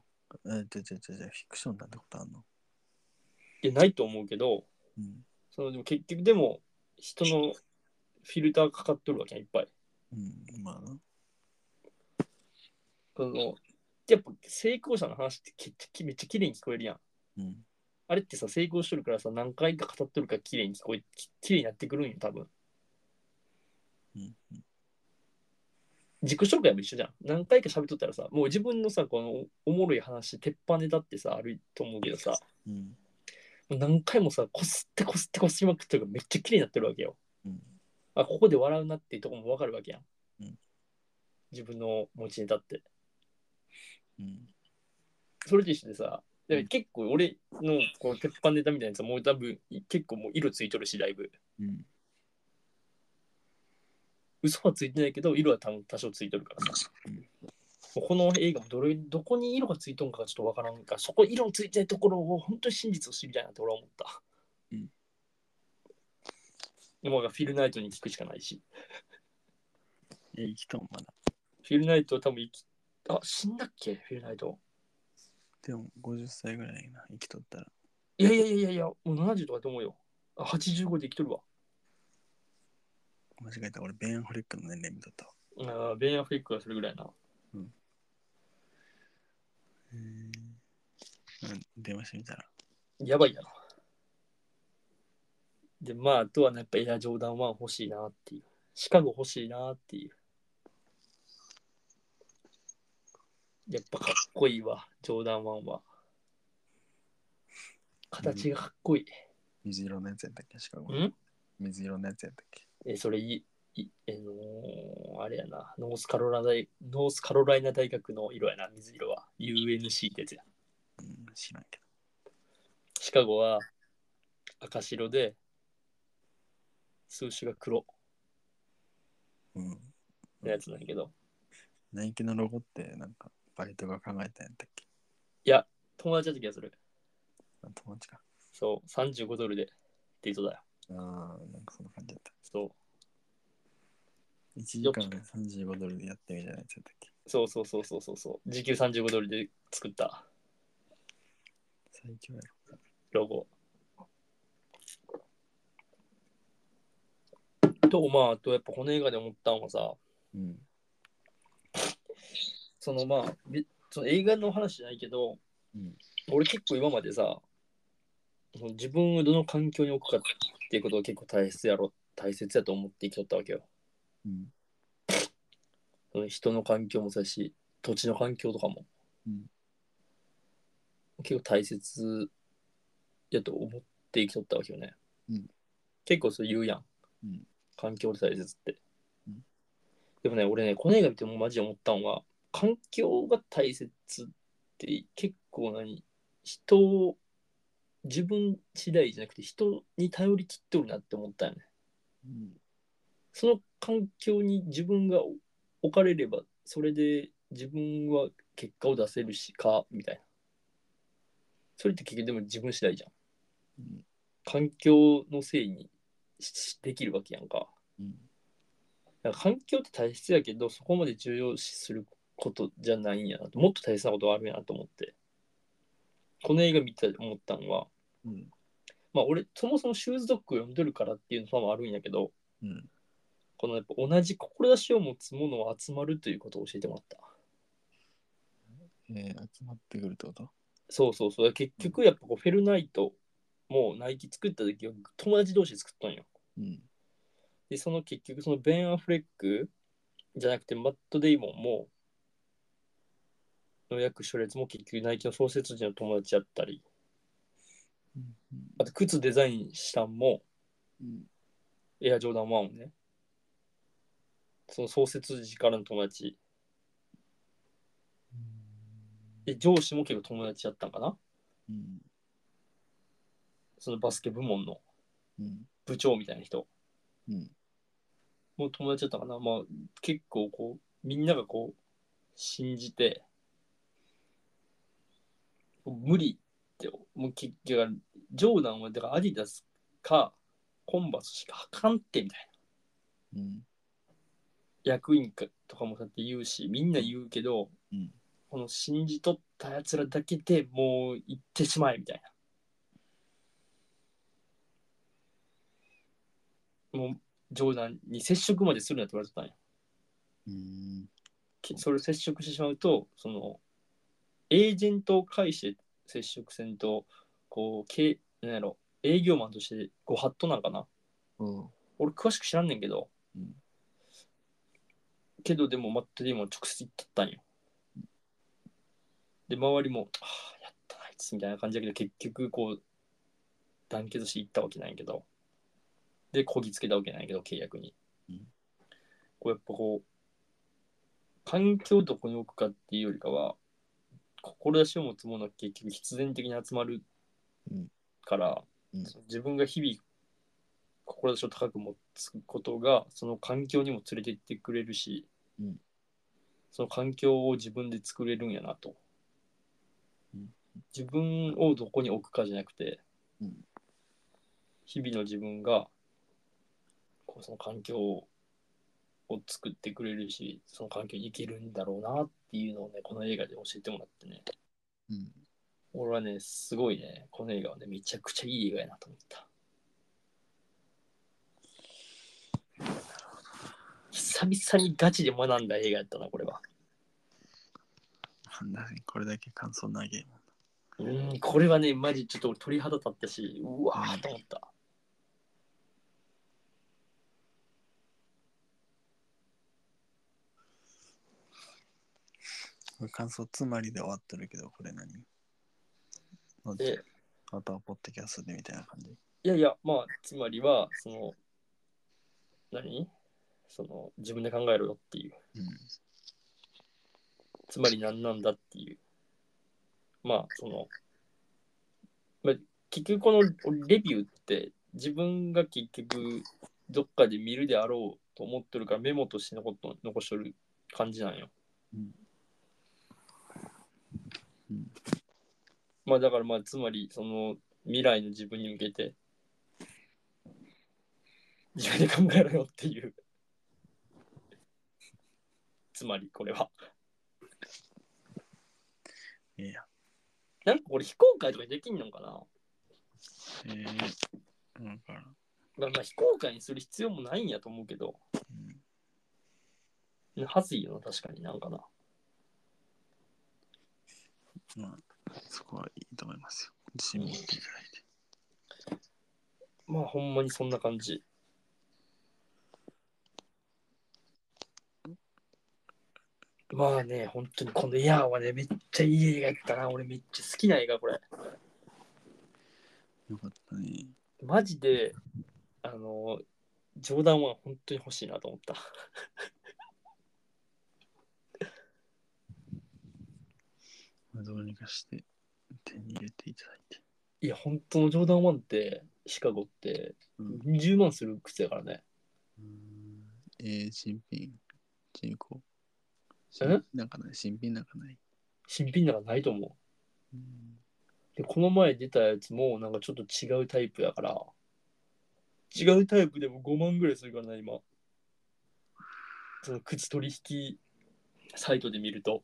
[SPEAKER 3] えー、じゃじゃじゃじゃフィクションなんてことあんの
[SPEAKER 1] いやないと思うけど
[SPEAKER 3] うん。
[SPEAKER 1] そのでも結局でも人のフィルターかかっとるわけやんいっぱい
[SPEAKER 3] うん。まあな。
[SPEAKER 1] そのやっぱ成功者の話ってめっちゃめっちゃ綺麗に聞こえるやん
[SPEAKER 3] うん。
[SPEAKER 1] あれってさ成功しとるからさ何回か語っとるから綺麗に聞こえき綺麗になってくるんよ多分
[SPEAKER 3] うん。
[SPEAKER 1] 自己紹介も一緒じゃん何回か喋っとったらさもう自分のさこのおおもろい話鉄板ネタってさあると思うけどさ
[SPEAKER 3] うん。
[SPEAKER 1] もう何回もさこすってこすってこすりまくってるからめっちゃ綺麗になってるわけよ
[SPEAKER 3] うん。
[SPEAKER 1] あここで笑うなっていうとこも分かるわけやん、
[SPEAKER 3] うん
[SPEAKER 1] 自分の持ちネタって
[SPEAKER 3] うん。
[SPEAKER 1] それと一緒でさで
[SPEAKER 3] うん
[SPEAKER 1] 結構俺のこう鉄板ネタみたいなやつはもう多分い結構もう色ついとるしだいぶ
[SPEAKER 3] うん。
[SPEAKER 1] 嘘はついてないけど色は多分多少ついとるからさ、
[SPEAKER 3] うん
[SPEAKER 1] もうこの映画もどれどこに色がついとんかがちょっと分からんからそこ色のついてないところを本当に真実を知りたいなって俺は思った、
[SPEAKER 3] うん
[SPEAKER 1] でもまあフィルナイトに聞くしかないし
[SPEAKER 3] え、生きとんまだ。
[SPEAKER 1] フィルナイトは多分生きあ死んだっけフィルナイト
[SPEAKER 3] でも、50歳ぐらいやな。生きとったら。
[SPEAKER 1] いやいやいやいやいや、もう70とかと思うよ。あ、85で生きとるわ。
[SPEAKER 3] 間違えた。俺、ベン・アフレックの年齢見とったわ。
[SPEAKER 1] あーベン・アフリックがそれぐらいな。
[SPEAKER 3] へえ。うん電話してみたら。
[SPEAKER 1] やばいやろ。で、まあ、あとはね、やっぱエアジョーダン1欲しいなっていう。シカゴ欲しいなっていう。やっぱかっこいいわ、ジョーダン1は。形がかっこいい。
[SPEAKER 3] 水色のやつやったっけしかも。
[SPEAKER 1] ん
[SPEAKER 3] 水色のやつやったっけ
[SPEAKER 1] え、それいい、いえのーあれやな、ノースカロライナ大、ノースカロライナ大学の色やな、水色は。UNC ってやつや。
[SPEAKER 3] うん、知らんけど。
[SPEAKER 1] シカゴは赤白で数種が黒
[SPEAKER 3] うん。
[SPEAKER 1] のやつなんやけど、
[SPEAKER 3] ナイキのロゴって、なんか、バイトが考えたんやったっけ
[SPEAKER 1] 友達だった気がする。
[SPEAKER 3] あ友達か。
[SPEAKER 1] そう、35ドルでデートだよ。
[SPEAKER 3] ああ、なんかそんな感じだった。
[SPEAKER 1] そ
[SPEAKER 3] 1時間で35ドルでやってみたいなやつやったっけ
[SPEAKER 1] うそうそうそうそうそうそう。時給35ドルで作った
[SPEAKER 3] 最強やろ。
[SPEAKER 1] ロゴ。と、まあ、あとやっぱこの映画で思ったのはさ、
[SPEAKER 3] うん。
[SPEAKER 1] そのまあ、びその映画の話じゃないけど、
[SPEAKER 3] うん
[SPEAKER 1] 俺結構今までさ、その自分をどの環境に置くかっていうことが結構大切やろ、大切やと思って生きとったわけよ。
[SPEAKER 3] うん。
[SPEAKER 1] その人の環境もそうやし、土地の環境とかも。
[SPEAKER 3] うん
[SPEAKER 1] 結構大切やと思って生きとったわけよね。
[SPEAKER 3] うん
[SPEAKER 1] 結構そう言うやん。
[SPEAKER 3] うん
[SPEAKER 1] 環境で大切って。
[SPEAKER 3] うん
[SPEAKER 1] でもね、俺ね、この映画見てもマジで思ったのは、環境が大切って結構何人を自分次第じゃなくて人に頼りきっとるなって思ったよね
[SPEAKER 3] うん
[SPEAKER 1] その環境に自分が置かれればそれで自分は結果を出せるしかみたいなそれって結局でも自分次第じゃん
[SPEAKER 3] うん
[SPEAKER 1] 環境のせいにしできるわけやんか
[SPEAKER 3] う
[SPEAKER 1] だ
[SPEAKER 3] ん
[SPEAKER 1] から環境って大切やけどそこまで重要視することじゃないんやなともっと大切なことがあるんやなと思ってこの映画見て思ったのは
[SPEAKER 3] うん
[SPEAKER 1] まあ俺そもそもシューズドッグ読んでるからっていうのもあるんやけど
[SPEAKER 3] うん
[SPEAKER 1] このやっぱ同じ志を持つ者は集まるということを教えてもらった
[SPEAKER 3] えー、集まってくるってこと
[SPEAKER 1] そうそうそう結局やっぱこうフェルナイトもナイキ作った時は友達同士で作ったんよ
[SPEAKER 3] うん
[SPEAKER 1] でその結局そのベン・アフレックじゃなくてマット・デイモンもの役所列も結局ナイキの創設時の友達だったり
[SPEAKER 3] うん
[SPEAKER 1] あと靴デザインしたんも
[SPEAKER 3] うん
[SPEAKER 1] エアジョーダン1をねその創設時からの友達で上司も結構友達やったんかな
[SPEAKER 3] うん
[SPEAKER 1] そのバスケ部門の
[SPEAKER 3] うん
[SPEAKER 1] 部長みたいな人
[SPEAKER 3] うん
[SPEAKER 1] もう友達だったかな、まあ、結構こうみんながこう信じて無理ってもう結局ジョーダンはだからアディダスかコンバースしかあかんってみたい
[SPEAKER 3] うん
[SPEAKER 1] な役員かとかもだって言うしみんな言うけど、
[SPEAKER 3] うん
[SPEAKER 1] この信じとったやつらだけでもう行ってしまえみたいなもうジョーダンに接触までするなって言われてたんや
[SPEAKER 3] うん
[SPEAKER 1] きそれを接触してしまうとそのエージェントを介して接触せんとこうけなんやろ営業マンとしてご法度なんかな
[SPEAKER 3] うん
[SPEAKER 1] 俺詳しく知らんねんけど、
[SPEAKER 3] うん
[SPEAKER 1] けどでもマット・ディモン直接行ったったんよで周りも「ああやったなあいつ」みたいな感じだけど結局こう団結して行ったわけなんやけどでこぎつけたわけなんやけど契約に、
[SPEAKER 3] うん
[SPEAKER 1] こうやっぱこう環境をどこに置くかっていうよりかは志を持つものは結局必然的に集まる
[SPEAKER 3] うん
[SPEAKER 1] から、
[SPEAKER 3] うん
[SPEAKER 1] その自分が日々志を高く持つことがその環境にも連れて行ってくれるし、
[SPEAKER 3] うん
[SPEAKER 1] その環境を自分で作れるんやなと、
[SPEAKER 3] うん
[SPEAKER 1] 自分をどこに置くかじゃなくて、
[SPEAKER 3] うん
[SPEAKER 1] 日々の自分がこうその環境をを作ってくれるしその環境に行けるんだろうなっていうのをねこの映画で教えてもらってね
[SPEAKER 3] うん
[SPEAKER 1] 俺はねすごいねこの映画はねめちゃくちゃいい映画やなと思った久々にガチで学んだ映画やったなこれは
[SPEAKER 3] なんだねこれだけ感想投げも
[SPEAKER 1] うんこれはねマジちょっと俺鳥肌立ったしうわーと思った
[SPEAKER 3] 感想つまりで終わってるけどこれ何後
[SPEAKER 1] で
[SPEAKER 3] またポッドキャストでみたいな感じ
[SPEAKER 1] いやいや、まあ、つまりは、その、何その、自分で考えろよっていう。
[SPEAKER 3] うん
[SPEAKER 1] つまり何なんだっていう。まあ、その、まあ、結局このレビューって、自分が結局、どっかで見るであろうと思ってるから、メモとして残っと残しとる感じなんよ。
[SPEAKER 3] うんうん
[SPEAKER 1] まあ、だから、まあ、つまり、その、未来の自分に向けて、自分で考えろよっていう。つまり、これは。
[SPEAKER 3] いいや
[SPEAKER 1] なんかこれ非公開とかできんのかな
[SPEAKER 3] えー、なんかな
[SPEAKER 1] まあ、まあ非公開にする必要もないんやと思うけど、
[SPEAKER 3] うん
[SPEAKER 1] はずいよな、確かになんかな。
[SPEAKER 3] まあそこはいいと思いますよ自信持っていただいて
[SPEAKER 1] まあ、ほんまにそんな感じ。まあね、本当にこのエアーはね、めっちゃいい映画やったな。俺めっちゃ好きな映画、これ。
[SPEAKER 3] よかったね
[SPEAKER 1] マジで、あの、冗談は本当に欲しいなと思った。
[SPEAKER 3] まあどうにかして手に入れていただいて。
[SPEAKER 1] いや、本当のジョーダン1って、シカゴって
[SPEAKER 3] うん
[SPEAKER 1] 20万する靴やからね。
[SPEAKER 3] うんえー、新品、人口。
[SPEAKER 1] え
[SPEAKER 3] 新品なんかない、新品なんかない。
[SPEAKER 1] 新品なんかないと思
[SPEAKER 3] うん
[SPEAKER 1] う。で、この前出たやつも、なんかちょっと違うタイプやから、違うタイプでも5万ぐらいするからな、今。その靴取引サイトで見ると。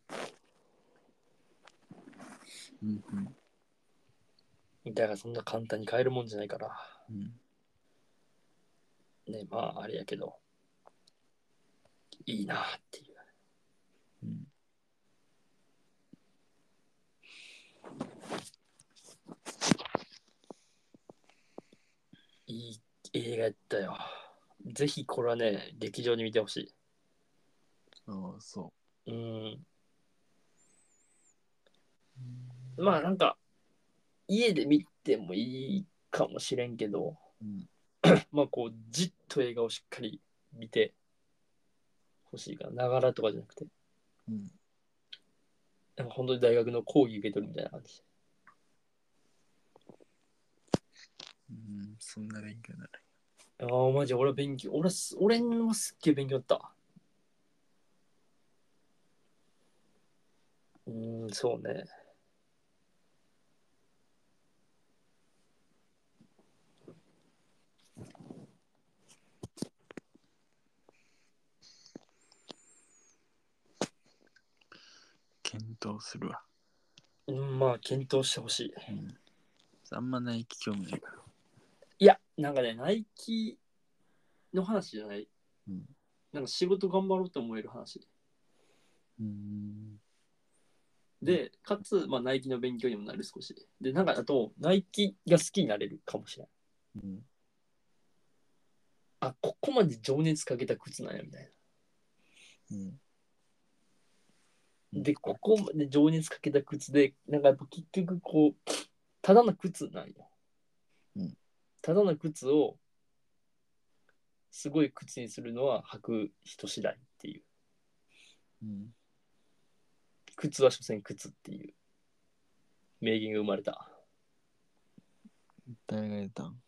[SPEAKER 3] うんうん
[SPEAKER 1] だからそんな簡単に買えるもんじゃないから。
[SPEAKER 3] うん
[SPEAKER 1] ね、まあ、あれやけど。いいなっていう。
[SPEAKER 3] うん
[SPEAKER 1] いい映画やったよ。ぜひこれはね、劇場に見てほしい。
[SPEAKER 3] ああ、そ
[SPEAKER 1] うん。まあなんか、家で見てもいいかもしれんけど、
[SPEAKER 3] う。うん、
[SPEAKER 1] まあこう、じっと映画をしっかり見てほしいから、ながらとかじゃなくて、
[SPEAKER 3] うん、
[SPEAKER 1] なんか本当に大学の講義受け取るみたいな感じ。
[SPEAKER 3] うん、そんな勉強にならない。
[SPEAKER 1] ああ、マジ俺は勉強、俺はす俺もすっげえ勉強だった。うーん、そうね。
[SPEAKER 3] 検討するわ。
[SPEAKER 1] うん、まあ検討してほしい。
[SPEAKER 3] うん、あんまない興味ないから。
[SPEAKER 1] いや、なんかね、ナイキの話じゃない。
[SPEAKER 3] うん
[SPEAKER 1] なんか仕事頑張ろうと思える話。
[SPEAKER 3] うん、
[SPEAKER 1] で、かつ、まあ、ナイキの勉強にもなる少し。で、なんか、あと、ナイキが好きになれるかもしれない。
[SPEAKER 3] うん、
[SPEAKER 1] あ、ここまで情熱かけた靴なんや、みたい
[SPEAKER 3] うん、
[SPEAKER 1] な。で、ここまで情熱かけた靴で、なんかやっぱ結局、こう、ただの靴なんよ。
[SPEAKER 3] うん
[SPEAKER 1] ただの靴を、すごい靴にするのは履く人次第っていう。
[SPEAKER 3] うん、
[SPEAKER 1] 靴は所詮靴っていう名言が生まれた
[SPEAKER 3] 誰が出たん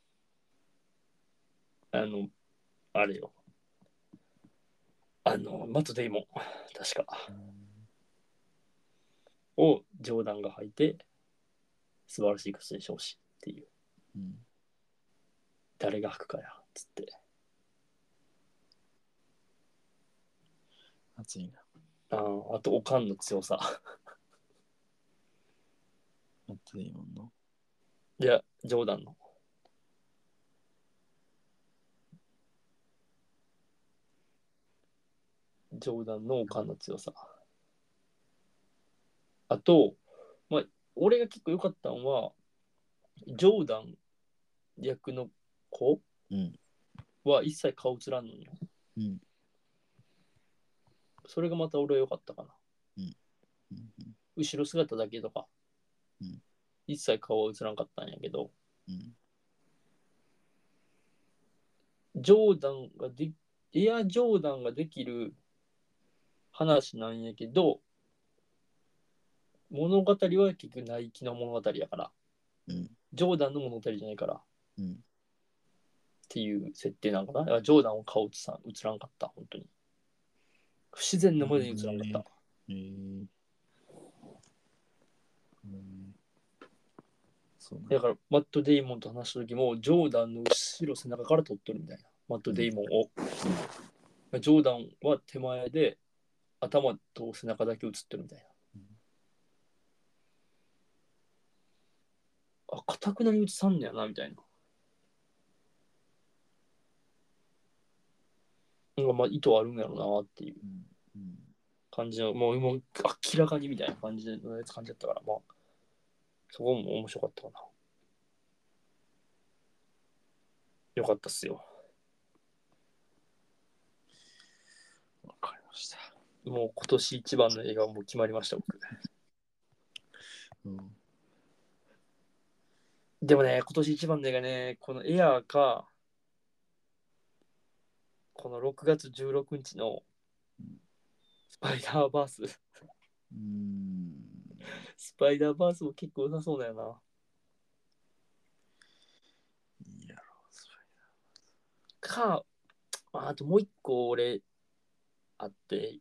[SPEAKER 1] あのあれよあのマット・デイモン確かを冗談が履いて素晴らしい靴にしてほしいっていう
[SPEAKER 3] うん、
[SPEAKER 1] 誰が履くかやつって
[SPEAKER 3] 熱いな。
[SPEAKER 1] あーあとおかんの強さ
[SPEAKER 3] 熱いもんの。
[SPEAKER 1] いや冗談の冗談のおかんの強さあと、まあ、俺が結構良かったのはジョーダン役の子
[SPEAKER 3] うん、
[SPEAKER 1] は一切顔映らんのよ
[SPEAKER 3] うん、
[SPEAKER 1] それがまた俺は良かったかな
[SPEAKER 3] うん、
[SPEAKER 1] 後ろ姿だけとか、
[SPEAKER 3] うん
[SPEAKER 1] 一切顔は映らんかったんやけど
[SPEAKER 3] うん、
[SPEAKER 1] ジョーダンがで、エアジョーダンができる話なんやけど、物語は結局ナイキの物語やから、
[SPEAKER 3] うん、
[SPEAKER 1] ジョーダンの物語じゃないからっ
[SPEAKER 3] うん、
[SPEAKER 1] ていう設定なんかな。だからジョーダンを顔映さん映らんかった、本当に。不自然なまでに映らんかった。
[SPEAKER 3] えー、うん、そうなんだ
[SPEAKER 1] だから、マット・デイモンと話した時も、ジョーダンの後ろ背中から撮っとるみたいな。マット・デイモンを。ジョーダンは手前で、頭と背中だけ映ってるみたいな
[SPEAKER 3] うん。
[SPEAKER 1] あ、かたくなに映さんねやな、みたいな。なんかまあ意図あるんやろなっていう
[SPEAKER 3] うん、うん、
[SPEAKER 1] 感じの、もうもう明らかにみたいな感じのやつ感じだったから、まあ、そこも面白かったかな。よかったっすよ。
[SPEAKER 3] わかりました。
[SPEAKER 1] もう今年一番の映画もう決まりました、僕。
[SPEAKER 3] うん、
[SPEAKER 1] でもね、今年一番の映画ね、このエアーか、この6月16日の
[SPEAKER 3] うん
[SPEAKER 1] スパイダーバース、
[SPEAKER 3] うん、
[SPEAKER 1] スパイダーバースも結構良さそうだよな。
[SPEAKER 3] いいやろ、そ
[SPEAKER 1] か、ああともう一個俺、あって、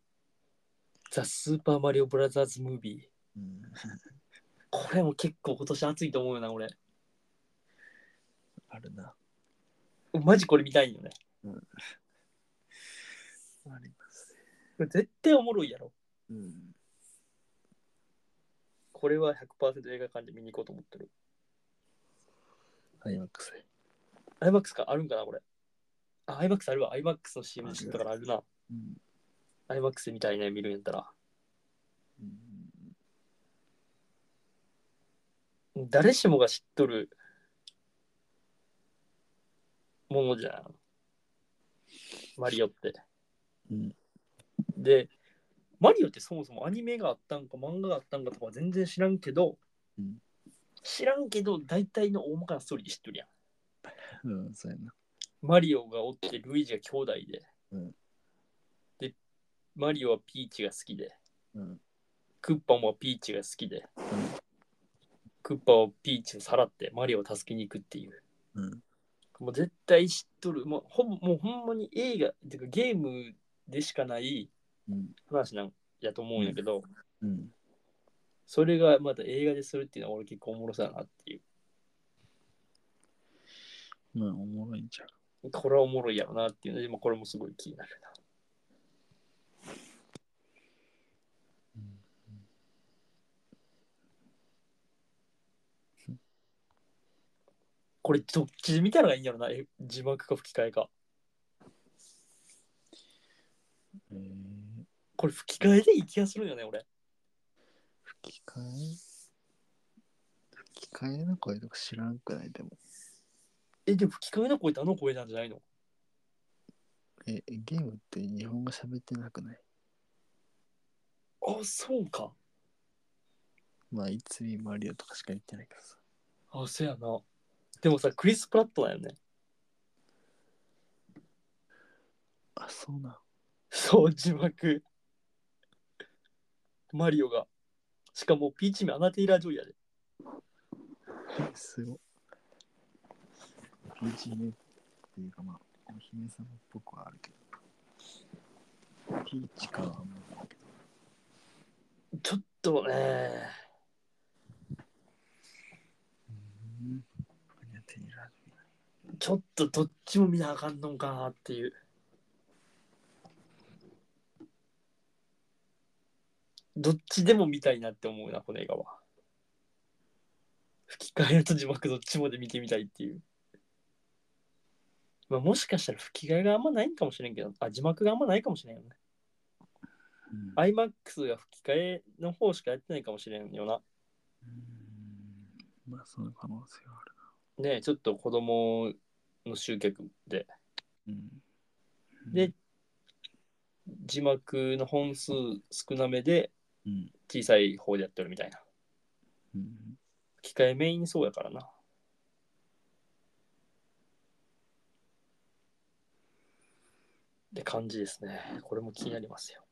[SPEAKER 1] ザ・スーパーマリオブラザーズ・ムービー。
[SPEAKER 3] れ。うん。
[SPEAKER 1] これも結構今年暑いと思うよな、俺。
[SPEAKER 3] あるな。
[SPEAKER 1] マジこれ見たいよね。
[SPEAKER 3] ありますね。
[SPEAKER 1] これ絶対おもろいやろ。
[SPEAKER 3] うん。
[SPEAKER 1] これは100%映画館で見に行こうと思ってる。
[SPEAKER 3] アイマックス。
[SPEAKER 1] IMAX かあるんかな、これ。あ、IMAX あるわ。IMAX の CM 知ったからあるな。
[SPEAKER 3] うん。
[SPEAKER 1] IMAX みたいね、見るんやったら。
[SPEAKER 3] うん
[SPEAKER 1] 誰しもが知っとるものじゃん。マリオって。
[SPEAKER 3] うん
[SPEAKER 1] で、マリオってそもそもアニメがあったんか漫画があったんかとかは全然知らんけど、
[SPEAKER 3] うん
[SPEAKER 1] 知らんけど大体の大まかなストーリー知っとるやん。
[SPEAKER 3] うん、そうやな。
[SPEAKER 1] マリオがおってルイージが兄弟で、
[SPEAKER 3] うん
[SPEAKER 1] で、マリオはピーチが好きで、
[SPEAKER 3] うん。
[SPEAKER 1] クッパもピーチが好きで、クッパをピーチをさらってマリオを助けに行くっていう。
[SPEAKER 3] うん。
[SPEAKER 1] もう絶対知っとる。もうほぼもうほんまに映画、てかゲームでしかない
[SPEAKER 3] うん。
[SPEAKER 1] 話なんやと思うんやけど、
[SPEAKER 3] うん。
[SPEAKER 1] それがまた映画でするっていうのは俺結構おもろさやなってい
[SPEAKER 3] まあ、おもろいんちゃう。
[SPEAKER 1] う。これはおもろいやろなっていうので、今これもすごい気になるな。これどっちで見たらいいんやろな。え字幕か吹き替えか。
[SPEAKER 3] えー、
[SPEAKER 1] これ吹き替えでいい気がするよね、俺。
[SPEAKER 3] 吹き替え吹き替えの声とか知らんくないでも。
[SPEAKER 1] え、でも吹き替えの声ってあの声なんじゃないの
[SPEAKER 3] え、ゲームって日本語喋ってなくない
[SPEAKER 1] あ、そうか。
[SPEAKER 3] まあ、いつにマリオとかしか言ってないからさ。
[SPEAKER 1] あ、そうやな。でもさ、クリス・プラットだよね。
[SPEAKER 3] あ、そうなん。
[SPEAKER 1] そう、字幕。マリオが。しかも、ピーチ目アナテイラ・ジョイやで。
[SPEAKER 3] すごい。お姫っていうかまあ、お姫様っぽくはあるけど。ピーチかはあんまりだけど。
[SPEAKER 1] ちょっとね、
[SPEAKER 3] うん。何やってんや
[SPEAKER 1] ちょっとどっちも見なあかんのかなっていう。どっちでも見たいなって思うな、この映画は。吹き替えと字幕どっちもで見てみたいっていう。まあ、もしかしたら吹き替えがあんまないんかもしれんけど、あ、字幕があんまないかもしれんよね。
[SPEAKER 3] うん。
[SPEAKER 1] IMAX が吹き替えの方しかやってないかもしれんよな。
[SPEAKER 3] うんまあ、その可能性はある。
[SPEAKER 1] ねえちょっと子供の集客で。
[SPEAKER 3] うん。
[SPEAKER 1] で、字幕の本数少なめで
[SPEAKER 3] うん。
[SPEAKER 1] 小さい方でやってるみたいな。
[SPEAKER 3] うん。
[SPEAKER 1] 吹き替えメインそうやからな。って感じですね。これも気になりますよ。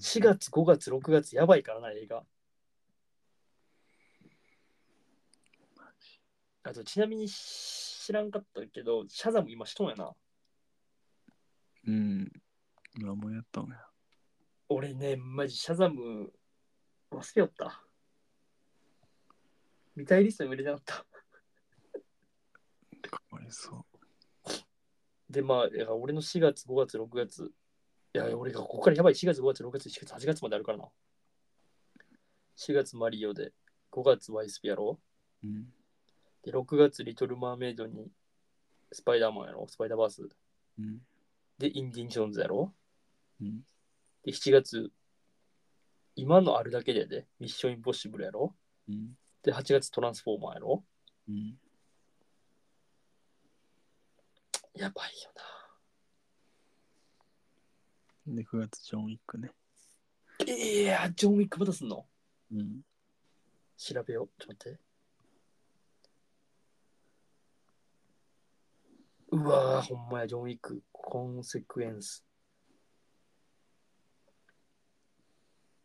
[SPEAKER 1] 4月、5月、6月、やばいからな、映画。あと、ちなみに知らんかったけど、シャザム今しとんやな。
[SPEAKER 3] うん。何もやったんや。
[SPEAKER 1] 俺ね、マジシャザム忘れよった。見たいリストにも入れてなかった。
[SPEAKER 3] かわいそ
[SPEAKER 1] で、まあ、いや俺の4月、5月、6月。いや、俺がここからやばい、4月、5月、6月、7月、8月まであるからな。4月マリオで、5月ワイスピやろ
[SPEAKER 3] う。うん。
[SPEAKER 1] で、6月リトルマーメイドにスパイダーマンやろスパイダーバース。
[SPEAKER 3] うん。
[SPEAKER 1] で、インディ・ンジョーンズやろ
[SPEAKER 3] うん。
[SPEAKER 1] で、7月、今のあるだけでやで、ミッションインポッシブルやろ
[SPEAKER 3] うん。
[SPEAKER 1] で、8月トランスフォーマーやろ
[SPEAKER 3] うん。
[SPEAKER 1] やばいよな。
[SPEAKER 3] で、9月ジョン・ウィックね。
[SPEAKER 1] いやー、ジョン・ウィックまだすんの
[SPEAKER 3] うん。
[SPEAKER 1] 調べよう。ちょっと待って。うわー、ほんまや、ジョン・ウィック。コンセクエンス。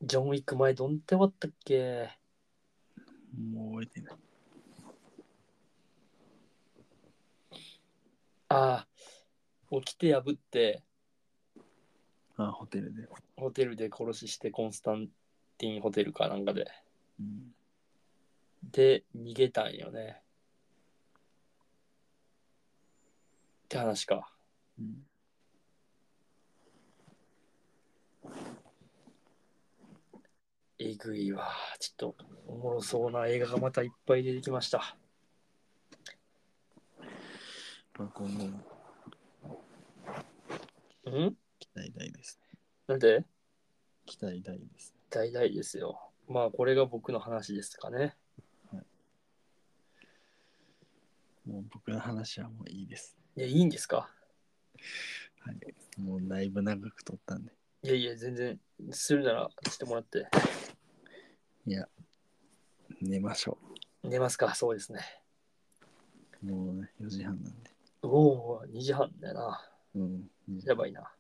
[SPEAKER 1] ジョン・ウィック前どんって終わったっけ
[SPEAKER 3] もう覚えてない。
[SPEAKER 1] ああ、起きて破って、
[SPEAKER 3] あ、ホテルで。
[SPEAKER 1] ホテルで殺しして、コンスタンティンホテルかなんかで。
[SPEAKER 3] うん。
[SPEAKER 1] で、逃げたんよね。って話か。
[SPEAKER 3] うん、
[SPEAKER 1] えぐいわ。ちょっと、おもろそうな映画がまたいっぱい出てきました。
[SPEAKER 3] まあ、今後も
[SPEAKER 1] ん
[SPEAKER 3] 期待大ですね。
[SPEAKER 1] なんで
[SPEAKER 3] 期待大ですね。
[SPEAKER 1] 大々ですよ。まあ、これが僕の話ですかね。
[SPEAKER 3] もう僕の話はもういいです。
[SPEAKER 1] いや、いいんですか
[SPEAKER 3] はい。もうだいぶ長く撮ったんで。
[SPEAKER 1] いやいや、全然、するならしてもらって。
[SPEAKER 3] 寝ましょ
[SPEAKER 1] 寝ますか、そうですね。
[SPEAKER 3] う。もうね、4時半なんで。
[SPEAKER 1] うおー、2時半だよな。
[SPEAKER 3] うん。2時
[SPEAKER 1] やばいな。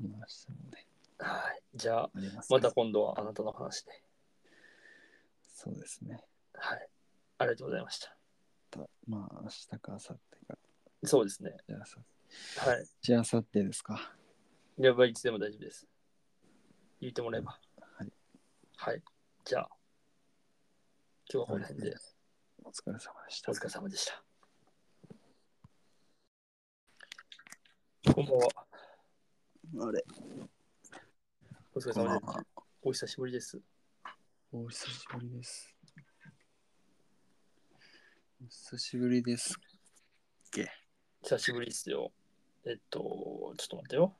[SPEAKER 3] 明日もね。
[SPEAKER 1] はい。じゃあ、
[SPEAKER 3] ありますか
[SPEAKER 1] また今度はあなたの話で。
[SPEAKER 3] そうですね。
[SPEAKER 1] はい。ありがとうございました。
[SPEAKER 3] たまあ、明日か明後日か。
[SPEAKER 1] そうですね。
[SPEAKER 3] じゃあ、さ
[SPEAKER 1] はい。
[SPEAKER 3] じゃあ明後日ですか。
[SPEAKER 1] やばい、いつでも大丈夫です。言ってもらえば。
[SPEAKER 3] はい。
[SPEAKER 1] はい。じゃあ、今日はこの辺で
[SPEAKER 3] お疲れ様でし
[SPEAKER 1] お
[SPEAKER 3] た。
[SPEAKER 1] 疲れ様でした。こんばんは。
[SPEAKER 3] あれ
[SPEAKER 1] お疲れ
[SPEAKER 3] こんば
[SPEAKER 1] 様
[SPEAKER 3] ん
[SPEAKER 1] です。
[SPEAKER 3] は。
[SPEAKER 1] お久しぶりです。
[SPEAKER 3] お久しぶりです。お久しぶりです。
[SPEAKER 1] 久しぶりですよ。えっと、ちょっと待ってよ。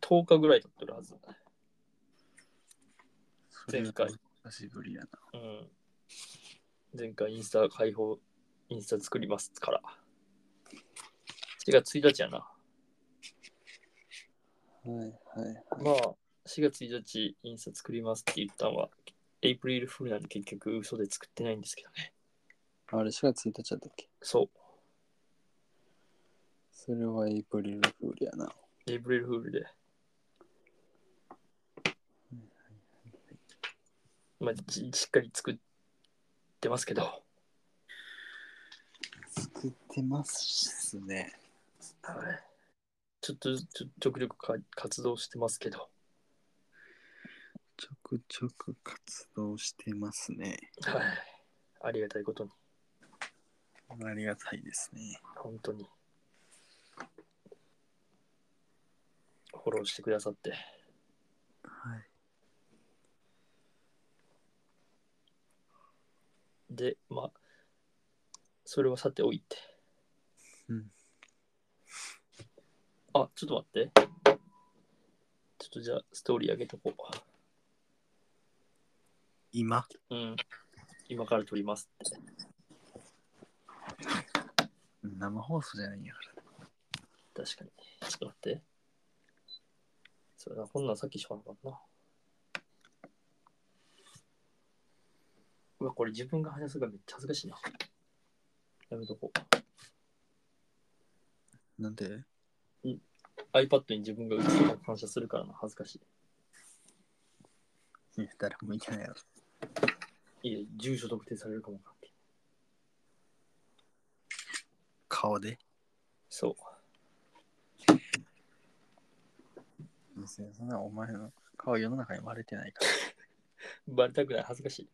[SPEAKER 1] 10日ぐらい経ってるはず。前回。
[SPEAKER 3] 久しぶりやな。
[SPEAKER 1] うん。前回インスタ開放、インスタ作りますから。4月1日やな。
[SPEAKER 3] はいはい。
[SPEAKER 1] まあ、4月1日インスタ作りますって言ったのは、エイプリルフールなんで結局嘘で作ってないんですけどね。
[SPEAKER 3] あれ、4月1日だったっけ
[SPEAKER 1] そ
[SPEAKER 3] それはエイプリルフールやな。
[SPEAKER 1] う、エイプリルフールで。まあ、ししっかり作ってますけど。
[SPEAKER 3] 作ってますね。
[SPEAKER 1] はい。ちょっと、ちょちょくちょくか活動してますけど。
[SPEAKER 3] ちょくちょく活動してますね。
[SPEAKER 1] はい。ありがたいことに、
[SPEAKER 3] ありがたいですね。
[SPEAKER 1] 本当に。フォローしてくださって。
[SPEAKER 3] はい。
[SPEAKER 1] で、まあ、それはさておいて。
[SPEAKER 3] うん
[SPEAKER 1] あ、ちょっと待って。ちょっとじゃあ、ストーリー上げとこ
[SPEAKER 3] 今
[SPEAKER 1] う。うん。今から撮りますって。
[SPEAKER 3] 生放送じゃないんやから。
[SPEAKER 1] 確かに。ちょっと待って。そうだな、こんなんさっきしかなかったな。うわ、これ自分が話すがめっちゃ恥ずかしいな。やめとこ
[SPEAKER 3] なんで
[SPEAKER 1] う。iPad に自分が映すの感謝するからな、恥ずかし
[SPEAKER 3] いや誰もいないやろ。
[SPEAKER 1] い。いいえ、住所特定されるかもわかんない。
[SPEAKER 3] 顔で
[SPEAKER 1] そう。
[SPEAKER 3] 別にそんなお前の顔世の中に割れてないから。
[SPEAKER 1] バレたくない、恥ずかしい。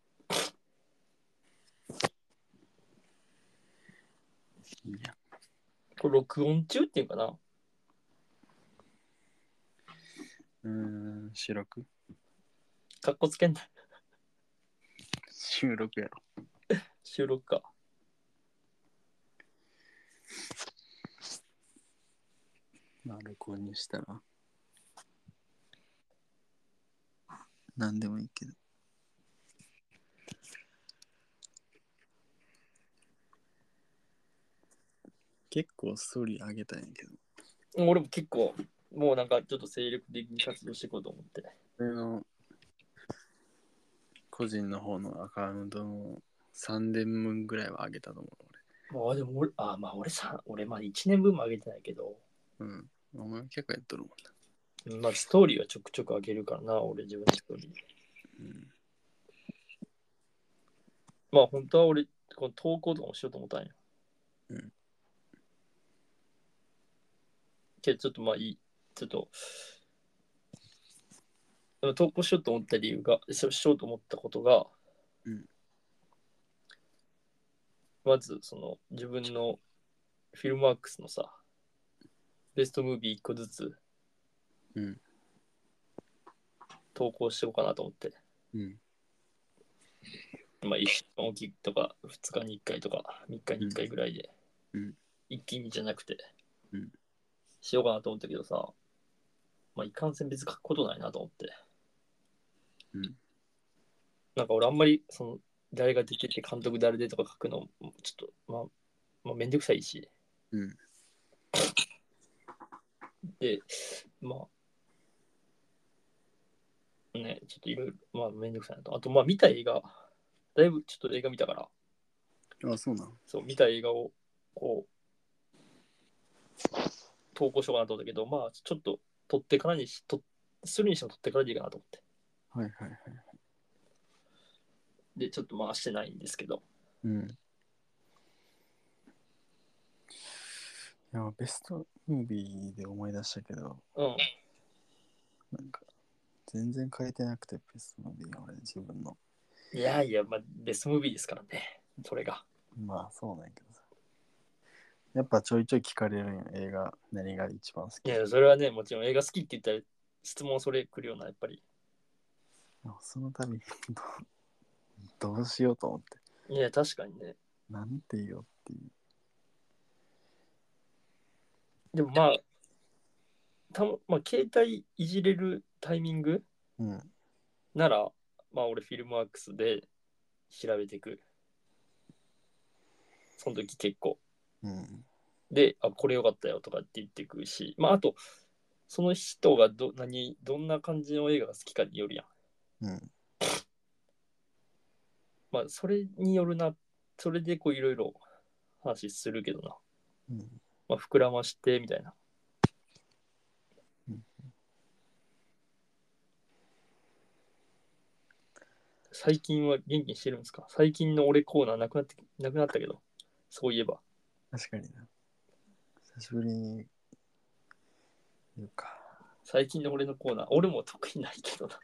[SPEAKER 3] いや、
[SPEAKER 1] これ録音中っていうかな
[SPEAKER 3] うーん、収録
[SPEAKER 1] かっこつけんな。
[SPEAKER 3] 収録やろ。
[SPEAKER 1] 収録か。
[SPEAKER 3] まあ、録音にしたら。なんでもいいけど。結構ストーリー上げたいんやけど。
[SPEAKER 1] 俺も結構、もうなんかちょっと精力的に活動していこうと思って。
[SPEAKER 3] 俺の個人の方のアカウントの3000分ぐらいは上げたと思う。
[SPEAKER 1] まあでも俺、あ、まあ俺さ、俺まあ1年分も上げてないけど、
[SPEAKER 3] 俺うん。お前結構やっとるもんな。
[SPEAKER 1] まあ、ストーリーはちょくちょく上げるからな、俺自分のストーリー。
[SPEAKER 3] うん
[SPEAKER 1] まあ、本当は俺、この投稿とかもしようと思ったんや。
[SPEAKER 3] うん
[SPEAKER 1] けど、ちょっとまあいい。ちょっと。でも投稿しようと思った理由が、ししようと思ったことが、
[SPEAKER 3] うん
[SPEAKER 1] まず、その、自分のフィルムワークスのさ、ベストムービー1個ずつ
[SPEAKER 3] うん
[SPEAKER 1] 投稿しておこうかなと思って。
[SPEAKER 3] うん
[SPEAKER 1] まあ、一週間おきとか、2日に1回とか、3日に1回ぐらいで、
[SPEAKER 3] うん
[SPEAKER 1] 一気にじゃなくて、
[SPEAKER 3] うん
[SPEAKER 1] しようかなと思ったけどさ、まあ、いかんせん別に書くことないなと思って。
[SPEAKER 3] うん
[SPEAKER 1] なんか俺あんまり、その、誰が出てて、監督誰でとか書くの、ちょっと、まあ、まあ、めんどくさいし。
[SPEAKER 3] うん
[SPEAKER 1] で、まあ、ね、ちょっといろいろ、まあ、めんどくさいなと。あと、まあ、見た映画、だいぶちょっと映画見たから、
[SPEAKER 3] あそうなの
[SPEAKER 1] そう、見た映画を、こう、投稿しようかなと思ったけど、まあ、ちょっと、撮ってからにし、とするにしても撮ってからでいいかなと思って。
[SPEAKER 3] はいはいはい
[SPEAKER 1] で、ちょっと回してないんですけど、
[SPEAKER 3] うんいやベストムービーで思い出したけど
[SPEAKER 1] うん、
[SPEAKER 3] なんか全然変えてなくてベストムービーが俺自分の
[SPEAKER 1] いやいや、まあ、ベストムービーですからね、それが。
[SPEAKER 3] まあそうなんやけどさやっぱちょいちょい聞かれるんよ映画何が一番好き
[SPEAKER 1] いや、それはね、もちろん映画好きって言ったら、質問それ来るような、やっぱり。
[SPEAKER 3] でもその度にどどう しようと思って
[SPEAKER 1] いや、確かにね。
[SPEAKER 3] なんて言おうっていう
[SPEAKER 1] でもまあ、たままあ、携帯いじれるタイミング
[SPEAKER 3] うん
[SPEAKER 1] なら、まあ俺フィルムワークスで調べてく。その時結構。
[SPEAKER 3] うん
[SPEAKER 1] で、あ、これよかったよとかって言ってくし、まああと、その人がど何どんな感じの映画が好きかによるやん。
[SPEAKER 3] うん
[SPEAKER 1] まあそれによるな、それでこういろいろ話するけどな。
[SPEAKER 3] うん
[SPEAKER 1] まあ膨らましてみたいな。
[SPEAKER 3] うん
[SPEAKER 1] 最近は元気にしてるんですか最近の俺コーナーなくなってなくなったけど、そういえば。
[SPEAKER 3] 確かにな久しぶりに言うか
[SPEAKER 1] 最近の俺のコーナー、俺も得意ないけどな。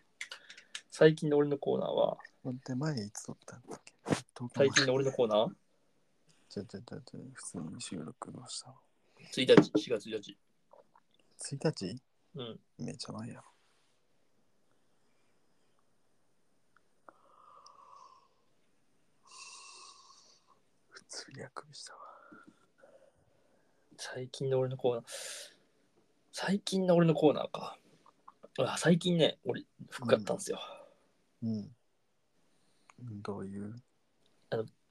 [SPEAKER 1] 最近の俺のコーナーは、
[SPEAKER 3] 待って前いつ撮ったんだっけ東京
[SPEAKER 1] 最近の俺のコーナー
[SPEAKER 3] ちょちょちょちょ普通に収録をした
[SPEAKER 1] ?1 日、4月1日。
[SPEAKER 3] 1日
[SPEAKER 1] うん。
[SPEAKER 3] めっちゃ前やろ普通にあくびしたわ
[SPEAKER 1] 最近の俺のコーナー。最近の俺のコーナーか。あ最近ね、俺、服買ったんですよ。
[SPEAKER 3] うんどういう